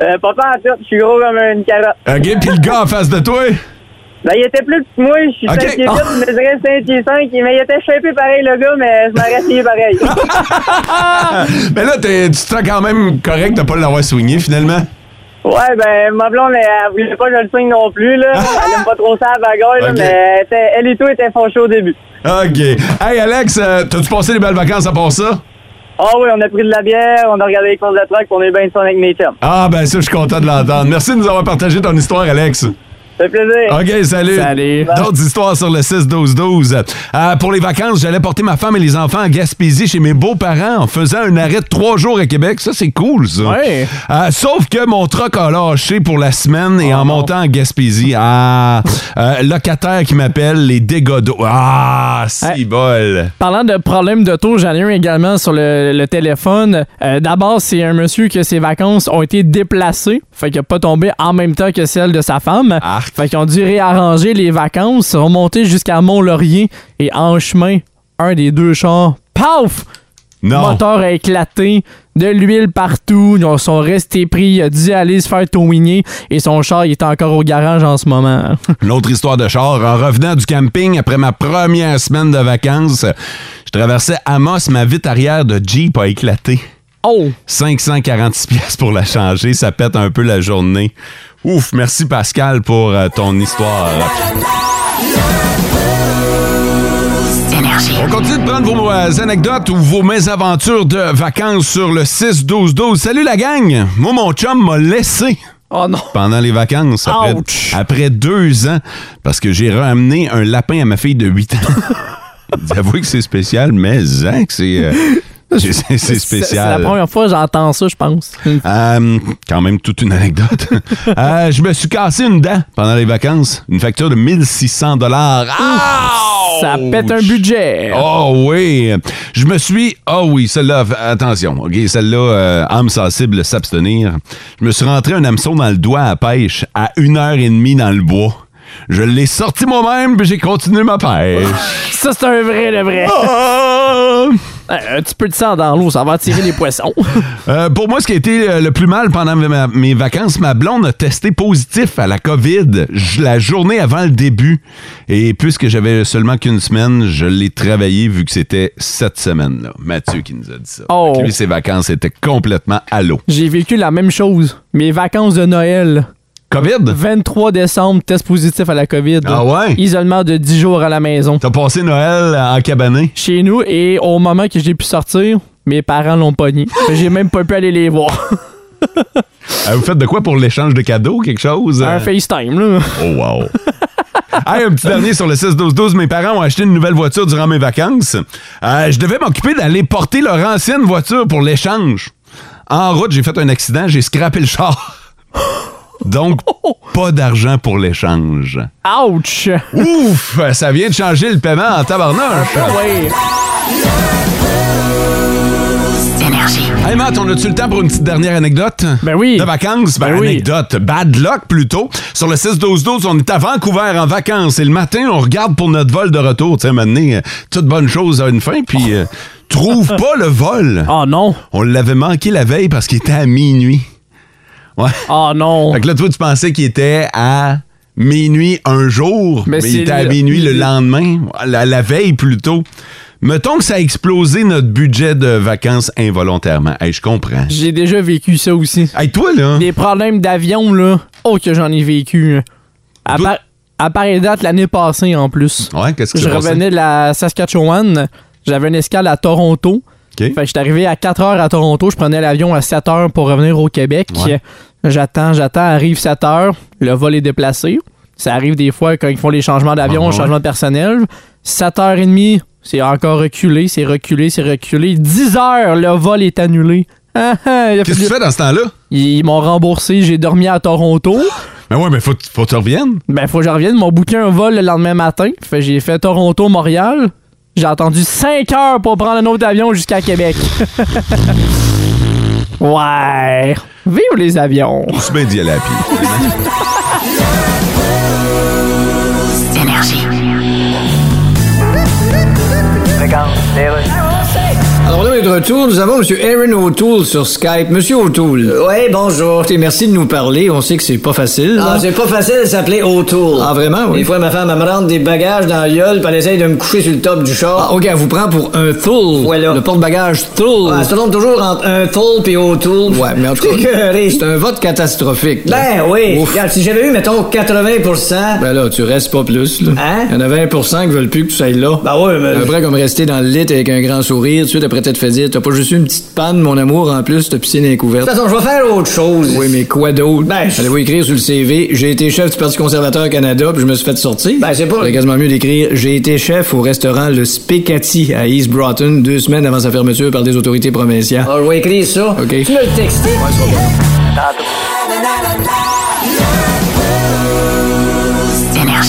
[SPEAKER 7] Euh, pas pas à tout. Je suis gros comme une carotte.
[SPEAKER 2] OK, puis le gars en face de toi?
[SPEAKER 7] Ben, il était plus petit que moi. Je suis
[SPEAKER 2] Ok.
[SPEAKER 7] 5 pieds 8, je mesurais 5 pieds 5. Mais il était shapé pareil, le gars, mais je m'aurais essayé pareil.
[SPEAKER 2] Mais là, t'es- tu te sens quand même correct de pas l'avoir soigné, finalement.
[SPEAKER 7] Ouais, ben, ma blonde, elle, elle voulait pas que je le signe non plus, là. Elle aime pas trop ça, la bagarre, là,
[SPEAKER 2] Ok.
[SPEAKER 7] mais elle, était- elle et tout étaient fauchés au début.
[SPEAKER 2] OK. Hey, Alex, euh, t'as-tu passé des belles vacances à part ça?
[SPEAKER 7] Ah oui, on a pris de la bière, on a regardé les courses de truck, on est bien son avec mes chums.
[SPEAKER 2] Ah, ben ça, je suis content de l'entendre. Merci de nous avoir partagé ton histoire, Alex.
[SPEAKER 7] Ça fait plaisir.
[SPEAKER 2] OK, salut.
[SPEAKER 3] Salut.
[SPEAKER 2] D'autres histoires sur le 6-12-12. Euh, pour les vacances, j'allais porter ma femme et les enfants à Gaspésie chez mes beaux-parents en faisant un arrêt de trois jours à Québec. Ça, c'est cool, ça.
[SPEAKER 3] Ouais.
[SPEAKER 2] Euh, sauf que mon truck a lâché pour la semaine
[SPEAKER 3] Oh
[SPEAKER 2] et en montant à Gaspésie. Ah, euh, locataire qui m'appelle les dégâts d'eau. Ah, si
[SPEAKER 3] Hey.
[SPEAKER 2] bol.
[SPEAKER 3] Parlant de problèmes de taux, j'en ai un également sur le, le téléphone. Euh, D'abord, c'est un monsieur que ses vacances ont été déplacées, fait qu'il n'a pas tombé en même temps que celle de sa femme.
[SPEAKER 2] Arc.
[SPEAKER 3] Fait qu'ils ont dû réarranger les vacances, ont monté jusqu'à Mont-Laurier et en chemin, un des deux chars, paf!
[SPEAKER 2] Non.
[SPEAKER 3] Moteur a éclaté, de l'huile partout, ils sont restés pris, il a dû aller se faire towigner et son char il est encore au garage en ce moment.
[SPEAKER 2] L'autre histoire de char, en revenant du camping après ma première semaine de vacances, je traversais Amos, ma vitre arrière de Jeep a éclaté.
[SPEAKER 3] oh!
[SPEAKER 2] 546 pièces pour la changer, ça pète un peu la journée. Ouf, merci Pascal pour euh, ton histoire. On continue de prendre vos euh, anecdotes ou vos mésaventures de vacances sur le 6-12-12. Salut la gang! Moi, mon chum m'a laissé
[SPEAKER 3] Oh non!
[SPEAKER 2] pendant les vacances, après,
[SPEAKER 3] Ouch!
[SPEAKER 2] après deux ans, parce que j'ai ramené un lapin à ma fille de 8 ans. J'avoue que c'est spécial, mais hein, que c'est euh, c'est- c'est- c'est
[SPEAKER 3] C'est c'est la
[SPEAKER 2] spécial.
[SPEAKER 3] première fois que j'entends ça, je pense.
[SPEAKER 2] Euh, quand même toute une anecdote. Euh, je me suis cassé une dent pendant les vacances. Une facture de 1600 dollars.
[SPEAKER 3] Ça pète un budget.
[SPEAKER 2] Oh oui. Je me suis... Oh oui, celle-là, f- attention. OK, celle-là, euh, âme sensible, s'abstenir. Je me suis rentré un hameçon dans le doigt à pêche à une heure et demie dans le bois. Je l'ai sorti moi-même, puis j'ai continué ma pêche.
[SPEAKER 3] Ça, c'est un vrai, le vrai.
[SPEAKER 2] Oh! Ah!
[SPEAKER 3] Euh, Un petit peu de sang dans l'eau, ça va attirer les poissons.
[SPEAKER 2] Euh, pour moi, ce qui a été euh, le plus mal pendant ma- mes vacances, ma blonde a testé positif à la COVID j- la journée avant le début. Et puisque j'avais seulement qu'une semaine, je l'ai travaillé vu que c'était cette semaine-là. Mathieu qui nous a dit ça.
[SPEAKER 3] Oh.
[SPEAKER 2] Fait que Lui, ses vacances étaient complètement à l'eau.
[SPEAKER 3] J'ai vécu la même chose. Mes vacances de Noël.
[SPEAKER 2] COVID?
[SPEAKER 3] 23 décembre, test positif à la COVID.
[SPEAKER 2] Ah ouais?
[SPEAKER 3] Isolement de 10 jours à la maison.
[SPEAKER 2] T'as passé Noël en cabané?
[SPEAKER 3] Chez nous, et au moment que j'ai pu sortir, mes parents l'ont pogné. Fait que J'ai même pas pu aller les voir.
[SPEAKER 2] Euh, vous faites de quoi pour l'échange de cadeaux? Quelque chose?
[SPEAKER 3] Un
[SPEAKER 2] Euh,
[SPEAKER 3] FaceTime, là.
[SPEAKER 2] Oh wow. Hey, un petit dernier sur le 6-12-12. Mes parents ont acheté une nouvelle voiture durant mes vacances. Euh, je devais m'occuper d'aller porter leur ancienne voiture pour l'échange. En route, j'ai fait un accident, j'ai scrappé le char. Donc, pas d'argent pour l'échange.
[SPEAKER 3] Ouch!
[SPEAKER 2] Ouf! Ça vient de changer le paiement en tabarnage.
[SPEAKER 3] Ouais.
[SPEAKER 2] Hey Matt, on a-tu le temps pour une petite dernière anecdote?
[SPEAKER 3] Ben oui.
[SPEAKER 2] De vacances? Ben,
[SPEAKER 3] Ben oui.
[SPEAKER 2] anecdote. Bad luck plutôt. Sur le 6-12-12, on est à Vancouver en vacances et le matin, on regarde pour notre vol de retour. Tu sais, maintenant, euh, toute bonne chose a une fin, puis euh, trouve pas le vol.
[SPEAKER 3] Oh non!
[SPEAKER 2] On l'avait manqué la veille parce qu'il était à minuit. Ouais.
[SPEAKER 3] Oh non!
[SPEAKER 2] Fait que là, toi, tu pensais qu'il était à minuit un jour, mais,
[SPEAKER 3] Mais
[SPEAKER 2] il
[SPEAKER 3] c'est
[SPEAKER 2] était à
[SPEAKER 3] le-
[SPEAKER 2] minuit le
[SPEAKER 3] le-
[SPEAKER 2] lendemain, la, la veille plutôt. Mettons que ça a explosé notre budget de vacances involontairement. Hey, je comprends.
[SPEAKER 3] J'ai déjà vécu ça aussi.
[SPEAKER 2] Hey, toi, là,
[SPEAKER 3] Des problèmes d'avion, là. Oh, que j'en ai vécu. À,
[SPEAKER 2] D'où-
[SPEAKER 3] par- à pareille date, l'année passée, en plus.
[SPEAKER 2] ouais, qu'est-ce que
[SPEAKER 3] Je
[SPEAKER 2] c'est passé?
[SPEAKER 3] revenais de la Saskatchewan. J'avais une escale à Toronto.
[SPEAKER 2] OK.
[SPEAKER 3] Fait que j'étais arrivé à 4 heures à Toronto. Je prenais l'avion à 7 heures pour revenir au Québec.
[SPEAKER 2] Ouais.
[SPEAKER 3] J'attends, j'attends. Arrive 7 heures. Le vol est déplacé. Ça arrive des fois quand ils font les changements d'avion,
[SPEAKER 2] Ah, Ouais, ouais.
[SPEAKER 3] changements de personnel. 7h30, c'est encore reculé, c'est reculé, c'est reculé. 10 heures, le vol est annulé. Ah, ah, il a
[SPEAKER 2] Qu'est-ce que
[SPEAKER 3] fallu-
[SPEAKER 2] tu fais dans ce temps-là?
[SPEAKER 3] ils m'ont remboursé, j'ai dormi à Toronto.
[SPEAKER 2] Ben ouais, mais faut, faut que tu reviennes.
[SPEAKER 3] Ben, faut que je revienne. Ils m'ont booké un vol le lendemain matin. Fait que j'ai fait Toronto-Montréal. J'ai attendu 5 heures pour prendre un autre avion jusqu'à Québec. ouais. Vive les avions.
[SPEAKER 2] C'est bien dit à la pied.
[SPEAKER 4] Alors là, on est de retour. Nous avons M. Aaron O'Toole sur Skype. Monsieur O'Toole. Oui, Euh, bonjour. merci de nous parler. On sait que c'est pas facile. Ah, c'est pas facile de s'appeler O'Toole. Ah, vraiment, oui. Des fois, ma femme, elle me rentre des bagages dans la gueule, puis elle essaye de me coucher sur le top du char. Ah, OK, elle vous prend pour un Thule. Voilà. Le porte-bagages Thule. Ah, ça tombe toujours entre un Thule puis O'Toole. Ouais, mais en tout cas, c'est un vote catastrophique. Ben oui. Regarde, si j'avais eu, mettons, 80 Ben là, tu restes pas plus, là. Hein? Il y en a 20 qui veulent plus que tu ailles là. Ben oui, mais... Après, comme rester dans le lit avec un grand sourire, tout de suite après t'être fait dire, t'as pas juste eu une petite panne, mon amour, en plus, ta piscine est couverte. De toute façon, je vais faire autre chose. Oui, mais quoi d'autre? Ben, Allez-vous écrire sur le CV, j'ai été chef du Parti conservateur Canada, puis je me suis fait sortir? Ben, c'est pas... C'est quasiment mieux d'écrire, j'ai été chef au restaurant Le Spicati à East Broughton, deux semaines avant sa fermeture par des autorités provinciales. Ah, je vais écrire ça. OK. Tu me le texter.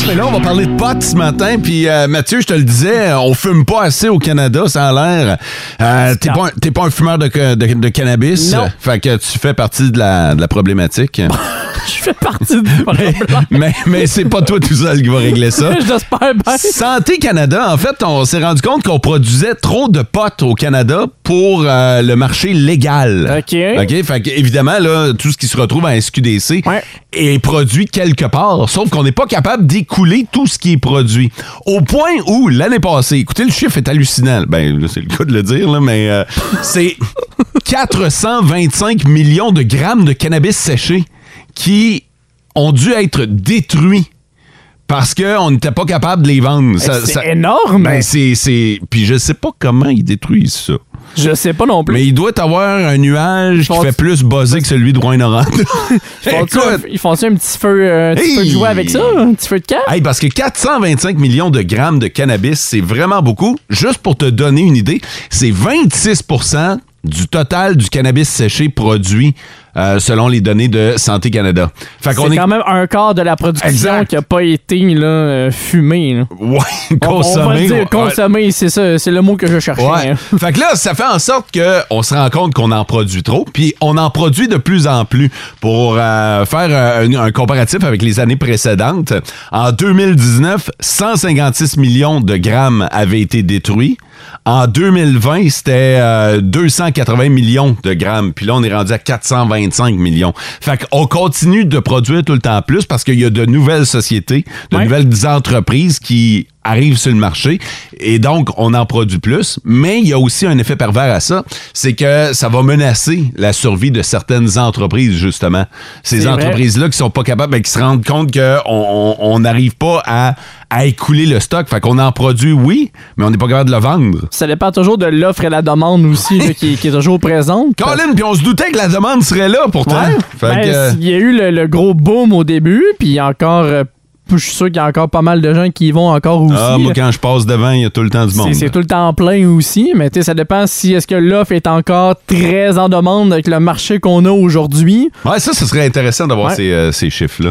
[SPEAKER 2] Mais là, on va parler de potes ce matin. Puis euh, Mathieu, je te le disais, euh, on fume pas assez au Canada, ça a l'air. Euh, T'es pas, un- t'es pas un fumeur de, ca- de- de cannabis.
[SPEAKER 3] Non.
[SPEAKER 2] Fait que tu fais partie de la, de la problématique.
[SPEAKER 3] Je fais partie du problème.
[SPEAKER 2] mais mais c'est pas toi tout seul qui va régler ça.
[SPEAKER 3] J'espère bien.
[SPEAKER 2] Santé Canada, en fait, on s'est rendu compte qu'on produisait trop de potes au Canada pour euh, le marché légal.
[SPEAKER 3] OK.
[SPEAKER 2] OK, fait que, évidemment, là, tout ce qui se retrouve en SQDC
[SPEAKER 3] Ouais.
[SPEAKER 2] est produit quelque part, sauf qu'on n'est pas capable d'écouler tout ce qui est produit. Au point où, l'année passée, écoutez, le chiffre est hallucinant. Ben, là, c'est le cas de le dire, là, mais euh, c'est 425 millions de grammes de cannabis séché qui ont dû être détruits parce qu'on n'était pas capable de les vendre. Ça-
[SPEAKER 3] Eh, C'est
[SPEAKER 2] ça-
[SPEAKER 3] énorme.
[SPEAKER 2] Ben, c'est, c'est... Puis je sais pas comment ils détruisent ça.
[SPEAKER 3] je sais pas non plus.
[SPEAKER 2] Mais il doit avoir un nuage qui
[SPEAKER 3] Font-
[SPEAKER 2] fait plus buzzer que celui de Rouen-Noranda.
[SPEAKER 3] Ils font-tu un- ils font-tu un petit feu, euh, un petit feu de
[SPEAKER 2] Hey!
[SPEAKER 3] jouet avec ça? Un petit feu de camp?
[SPEAKER 2] Hey, parce que 425 millions de grammes de cannabis, c'est vraiment beaucoup. Juste pour te donner une idée, c'est 26 du total du cannabis séché produit euh, selon les données de Santé Canada. Fait qu'on
[SPEAKER 3] C'est
[SPEAKER 2] est...
[SPEAKER 3] quand même un quart de la production
[SPEAKER 2] Exact.
[SPEAKER 3] qui a pas été là, euh, fumée. là.
[SPEAKER 2] Ouais,
[SPEAKER 3] On-
[SPEAKER 2] consommé.
[SPEAKER 3] On va le
[SPEAKER 2] ouais.
[SPEAKER 3] dire consommé, c'est ça, c'est le mot que je cherchais.
[SPEAKER 2] Ouais.
[SPEAKER 3] hein.
[SPEAKER 2] fait que là, ça fait en sorte que on se rend compte qu'on en produit trop, puis on en produit de plus en plus. Pour euh, faire euh, un, un comparatif avec les années précédentes, en 2019, 156 millions de grammes avaient été détruits. En 2020, c'était euh, 280 millions de grammes. Puis là, on est rendu à 425 millions. Fait qu'on continue de produire tout le temps plus parce qu'il y a de nouvelles sociétés, de
[SPEAKER 3] Ouais.
[SPEAKER 2] nouvelles entreprises qui arrivent sur le marché et donc on en produit plus. Mais il y a aussi un effet pervers à ça, c'est que ça va menacer la survie de certaines entreprises, justement. Ces
[SPEAKER 3] C'est vrai.
[SPEAKER 2] entreprises-là qui sont pas capables, ben, qui se rendent compte qu'on on on n'arrive pas à, à écouler le stock. Fait qu'on en produit, oui, mais on n'est pas capable de le vendre.
[SPEAKER 3] Ça dépend toujours de l'offre et la demande aussi là, qui, qui est toujours présente.
[SPEAKER 2] Colin, puis on se doutait que la demande serait là pourtant.
[SPEAKER 3] Ouais.
[SPEAKER 2] Fait
[SPEAKER 3] Ben,
[SPEAKER 2] que, euh,
[SPEAKER 3] Il y a eu le, le gros boom au début, puis il y a encore. euh, je suis sûr qu'il y a encore pas mal de gens qui y vont encore aussi.
[SPEAKER 2] ah, moi,
[SPEAKER 3] là.
[SPEAKER 2] quand je passe devant, il y a tout le temps du
[SPEAKER 3] C'est-
[SPEAKER 2] monde.
[SPEAKER 3] C'est tout le temps plein aussi, mais tu sais, ça dépend si est-ce que l'offre est encore très en demande avec le marché qu'on a aujourd'hui.
[SPEAKER 2] Ouais, ça, ce serait intéressant d'avoir
[SPEAKER 3] Ouais.
[SPEAKER 2] ces, euh, ces chiffres-là.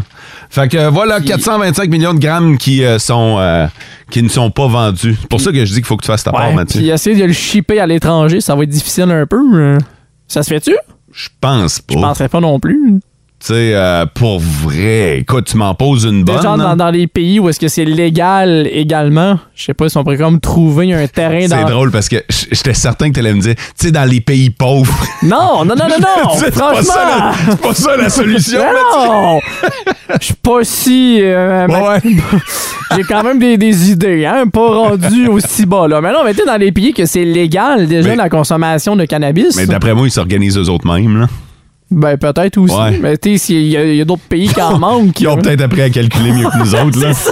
[SPEAKER 2] Fait que euh, voilà, 425 millions de grammes qui, euh, sont, euh, qui ne sont pas vendus. C'est pour ça que je dis qu'il faut que tu fasses ta part,
[SPEAKER 3] Ouais,
[SPEAKER 2] Mathieu.
[SPEAKER 3] puis euh, essayer de le shipper à l'étranger, ça va être difficile un peu. euh. Ça se fait-tu?
[SPEAKER 2] Je pense pas.
[SPEAKER 3] Je penserais pas non plus.
[SPEAKER 2] Tu sais, euh, pour vrai, écoute, tu m'en poses une bonne.
[SPEAKER 3] Déjà,
[SPEAKER 2] hein?
[SPEAKER 3] dans, dans les pays où est-ce que c'est légal également, je sais pas si on pourrait comme trouver un terrain
[SPEAKER 2] C'est
[SPEAKER 3] dans...
[SPEAKER 2] drôle parce que j- j'étais certain que tu allais me dire, tu sais, dans les pays pauvres.
[SPEAKER 3] Non, non, non, non, non!
[SPEAKER 2] C'est pas ça
[SPEAKER 3] franchement!
[SPEAKER 2] la- C'est pas ça la solution, Mathieu.
[SPEAKER 3] Non! Je suis pas si... euh, ma-
[SPEAKER 2] Ouais.
[SPEAKER 3] J'ai quand même des, des idées, hein? Pas rendu aussi bas, là. Mais non, mais tu sais, dans les pays que c'est légal déjà
[SPEAKER 2] Mais-
[SPEAKER 3] la consommation de cannabis,
[SPEAKER 2] Mais d'après moi, ils s'organisent eux-mêmes, là.
[SPEAKER 3] ben peut-être aussi.
[SPEAKER 2] Ouais.
[SPEAKER 3] Mais tu sais, s'il y a- il y a, d'autres pays qui en manquent.
[SPEAKER 2] Qui ont peut-être appris à calculer mieux que nous autres, là.
[SPEAKER 3] C'est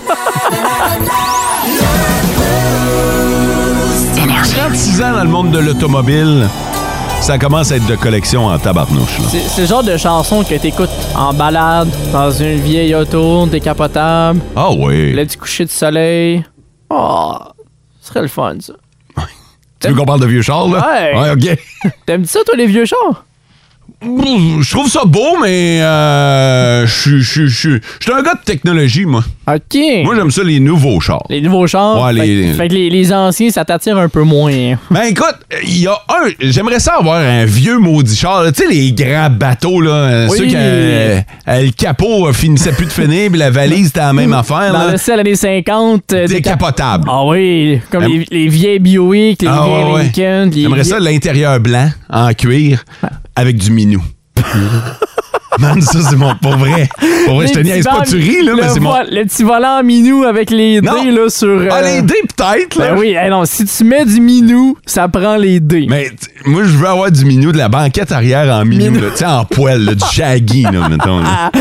[SPEAKER 2] 36 ans dans le monde de l'automobile, ça commence à être de collection en tabarnouche, là.
[SPEAKER 3] C'est c'est le genre de chanson que t'écoutes en balade, dans une vieille auto, décapotable,
[SPEAKER 2] Ah oui.
[SPEAKER 3] là du coucher du soleil. Oh, ce serait le fun, ça.
[SPEAKER 2] Tu veux qu'on parle de vieux chars, là?
[SPEAKER 3] Ouais.
[SPEAKER 2] OK.
[SPEAKER 3] T'aimes ça, toi, les vieux chars?
[SPEAKER 2] je trouve ça beau, mais euh, je suis- je suis- je suis je suis un gars de technologie, moi.
[SPEAKER 3] OK.
[SPEAKER 2] Moi, j'aime ça, les nouveaux chars.
[SPEAKER 3] les nouveaux chars.
[SPEAKER 2] Ouais,
[SPEAKER 3] fait,
[SPEAKER 2] les-
[SPEAKER 3] fait que les, les anciens, ça t'attire un peu moins.
[SPEAKER 2] Ben écoute, il y a un. J'aimerais ça avoir un vieux maudit char. là. Tu sais, les grands bateaux, là. euh,
[SPEAKER 3] Oui.
[SPEAKER 2] Ceux qui. euh, euh, le capot euh, finissait plus de finir, puis la valise, c'était la même affaire,
[SPEAKER 3] Dans
[SPEAKER 2] là.
[SPEAKER 3] le sel années 50. euh, des cap-
[SPEAKER 2] Décapotable.
[SPEAKER 3] Ah oui, comme
[SPEAKER 2] Ah,
[SPEAKER 3] les, les vieilles Buick, les
[SPEAKER 2] Ah,
[SPEAKER 3] vieilles
[SPEAKER 2] ouais, ouais.
[SPEAKER 3] Lincoln. les
[SPEAKER 2] J'aimerais
[SPEAKER 3] vieilles-
[SPEAKER 2] ça, l'intérieur blanc, en cuir, avec du minou. Man, ça, c'est mon. Pour vrai. Pour vrai, je te
[SPEAKER 3] Les
[SPEAKER 2] niaise
[SPEAKER 3] petits
[SPEAKER 2] pas, tu ris, là,
[SPEAKER 3] le
[SPEAKER 2] mais c'est mon.
[SPEAKER 3] vo- Le petit volant minou avec les
[SPEAKER 2] Non.
[SPEAKER 3] dés, là, sur...
[SPEAKER 2] Ah,
[SPEAKER 3] euh,
[SPEAKER 2] les dés, peut-être, là.
[SPEAKER 3] Ben oui, hey, non, si tu mets du minou, ça prend les dés.
[SPEAKER 2] Mais t- moi, je veux avoir du minou, de la banquette arrière en minou,
[SPEAKER 3] Minou. Ah.
[SPEAKER 2] là. Tu sais, en poêle, là, du shaggy, là, mettons. là.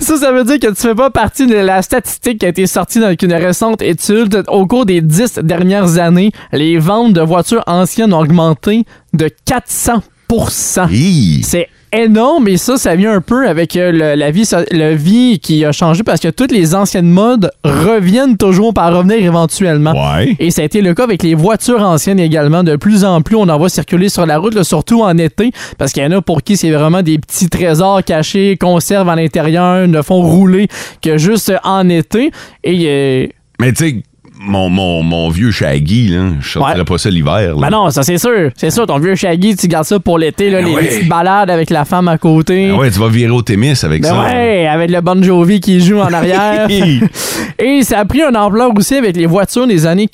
[SPEAKER 3] Ça, ça veut dire que tu fais pas partie de la statistique qui a été sortie dans une récente étude. Au cours des dix dernières années, les ventes de voitures anciennes ont augmenté de 400
[SPEAKER 2] Hi.
[SPEAKER 3] C'est énorme et ça, ça vient un peu avec euh, le- la, vie, so- la vie qui a changé parce que toutes les anciennes modes reviennent toujours par revenir éventuellement.
[SPEAKER 2] Ouais.
[SPEAKER 3] Et ça a été le cas avec les voitures anciennes également. De plus en plus, on en voit circuler sur la route, là, surtout en été, parce qu'il y en a pour qui c'est vraiment des petits trésors cachés, conservent à l'intérieur, ne font rouler que juste en été. Et euh,
[SPEAKER 2] Mais tu sais, mon, mon, mon vieux Shaggy, là, je sortirais
[SPEAKER 3] Ouais.
[SPEAKER 2] pas ça l'hiver. là.
[SPEAKER 3] Ben non, ça c'est sûr. C'est sûr, ton vieux Shaggy, tu gardes ça pour l'été, là, les
[SPEAKER 2] Ben oui.
[SPEAKER 3] petites balades avec la femme à côté.
[SPEAKER 2] Ah ouais, tu vas virer au Témis avec
[SPEAKER 3] Ben
[SPEAKER 2] ça.
[SPEAKER 3] ouais, avec le Bon Jovi qui joue en arrière. Et ça a pris une ampleur aussi avec les voitures des années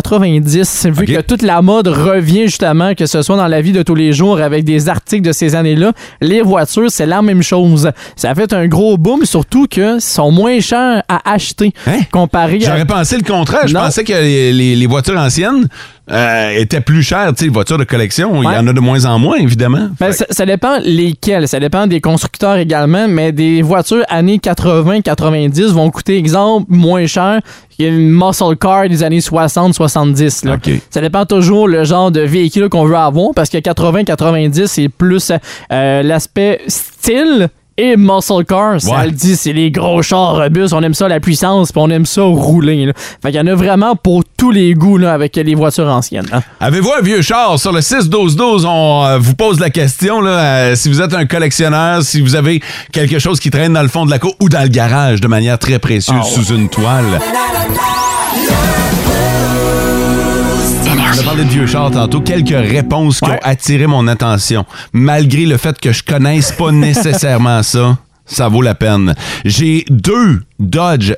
[SPEAKER 3] 80-90, vu
[SPEAKER 2] Ok.
[SPEAKER 3] que toute la mode revient justement, que ce soit dans la vie de tous les jours avec des articles de ces années-là. Les voitures, c'est la même chose. Ça a fait un gros boom, surtout que sont moins chers à acheter
[SPEAKER 2] Hein?
[SPEAKER 3] comparé à...
[SPEAKER 2] J'aurais pensé le contraire. Je
[SPEAKER 3] Non.
[SPEAKER 2] pensais que les, les- les voitures anciennes euh, étaient plus chères. Tu sais, les voitures de collection, il
[SPEAKER 3] Ouais.
[SPEAKER 2] y en a de moins en moins, évidemment.
[SPEAKER 3] Ben, ça, ça dépend lesquels. Ça dépend des constructeurs également, mais des voitures années 80-90 vont coûter, exemple, moins cher qu'une muscle car des années 60-70. là.
[SPEAKER 2] OK.
[SPEAKER 3] Ça dépend toujours le genre de véhicule qu'on veut avoir, parce que 80-90, c'est plus euh, l'aspect style. Et muscle car, ça
[SPEAKER 2] Ouais.
[SPEAKER 3] le dit, c'est les gros chars robustes, on aime ça la puissance, puis on aime ça rouler. Là. Fait qu'il y en a vraiment pour tous les goûts là, avec les voitures anciennes. hein.
[SPEAKER 2] Avez-vous un vieux char? Sur le 6-12-12, on euh, vous pose la question. Là, euh, si vous êtes un collectionneur, si vous avez quelque chose qui traîne dans le fond de la cour ou dans le garage de manière très précieuse
[SPEAKER 3] Ah
[SPEAKER 2] sous une toile. On a parlé de vieux chars tantôt. Quelques réponses qui ont attiré mon attention. Malgré le fait que je connaisse pas nécessairement ça, ça vaut la peine. J'ai deux Dodge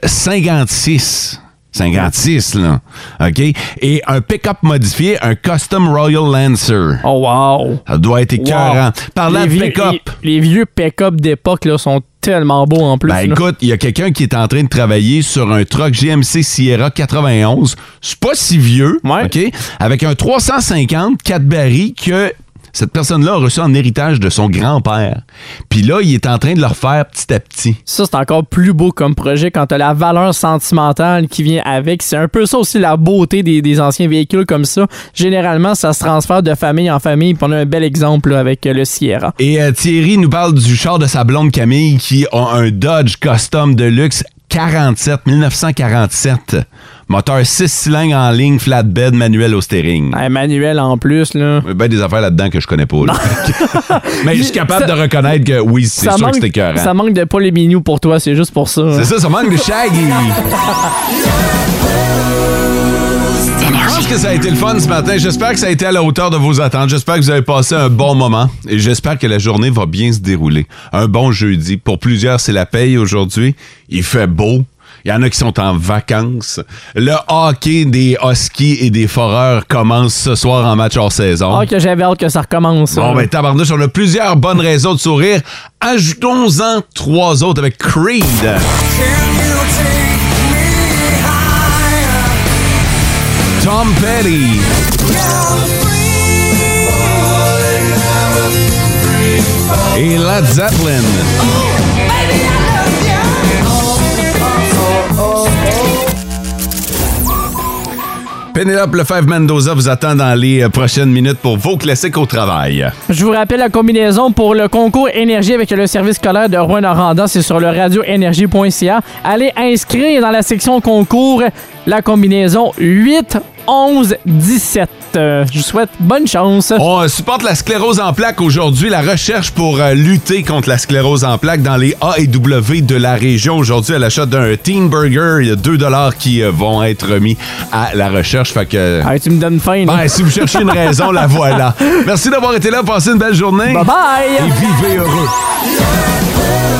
[SPEAKER 2] 56. 56, là. OK? Et un pick-up modifié, un Custom Royal Lancer.
[SPEAKER 3] Oh wow!
[SPEAKER 2] Ça doit être écœurant.
[SPEAKER 3] Wow.
[SPEAKER 2] Parlant
[SPEAKER 3] les
[SPEAKER 2] de
[SPEAKER 3] vieux-
[SPEAKER 2] pick-up.
[SPEAKER 3] Les, les vieux pick-up d'époque là, sont tellement beaux en plus.
[SPEAKER 2] Ben
[SPEAKER 3] là.
[SPEAKER 2] écoute, il y a quelqu'un qui est en train de travailler sur un truck GMC Sierra 91. C'est pas si vieux,
[SPEAKER 3] Ouais.
[SPEAKER 2] OK? Avec un 350 Cadbury que cette personne-là a reçu en héritage de son grand-père. Puis là, il est en train de le refaire petit à petit.
[SPEAKER 3] Ça, c'est encore plus beau comme projet quand t'as la valeur sentimentale qui vient avec. C'est un peu ça aussi la beauté des, des anciens véhicules comme ça. Généralement, ça se transfère de famille en famille. Puis on a un bel exemple là, avec euh, le Sierra.
[SPEAKER 2] Et euh, Thierry nous parle du char de sa blonde Camille qui a un Dodge Custom de luxe 47, 1947. Moteur 6 cylindres en ligne, flatbed, manuel au steering.
[SPEAKER 3] Un manuel en plus, là.
[SPEAKER 2] Il y a bien des affaires là-dedans que je connais pas. là. Mais je suis capable de reconnaître que oui, c'est sûr que c'est écœurant.
[SPEAKER 3] ça manque de pas les minous pour toi, c'est juste pour ça. hein.
[SPEAKER 2] C'est ça, ça manque de Shaggy. Je pense que ça a été le fun ce matin. J'espère que ça a été à la hauteur de vos attentes. J'espère que vous avez passé un bon moment et j'espère que la journée va bien se dérouler. Un bon jeudi. Pour plusieurs, c'est la paye aujourd'hui. Il fait beau. Il y en a qui sont en vacances. Le hockey des Huskies et des Foreurs commence ce soir en match hors saison.
[SPEAKER 3] Ah, que j'avais hâte que ça recommence.
[SPEAKER 2] Bon,
[SPEAKER 3] hein.
[SPEAKER 2] ben, tabarnouche, on a plusieurs bonnes raisons de sourire. Ajoutons-en trois autres avec Creed. Tom Petty. Et Led Zeppelin. Pénélope Lefebvre-Mendoza vous attend dans les euh, prochaines minutes pour vos classiques au travail.
[SPEAKER 3] Je vous rappelle la combinaison pour le concours Énergie avec le service scolaire de rouen noranda C'est sur le radioénergie.ca. Allez inscrire dans la section concours la combinaison 8 11-17. Euh, je vous souhaite bonne chance.
[SPEAKER 2] On euh, supporte la sclérose en plaques aujourd'hui, la recherche pour euh, lutter contre la sclérose en plaques dans les A et W de la région. Aujourd'hui, à l'achat d'un Teen Burger, il y a 2 qui euh, vont être mis à la recherche. Fait que,
[SPEAKER 3] Ah, tu me donnes faim. là.
[SPEAKER 2] ben, si vous cherchez une raison, la voilà. Merci d'avoir été là. Passez une belle journée.
[SPEAKER 3] Bye bye!
[SPEAKER 2] Et vivez heureux.
[SPEAKER 8] Love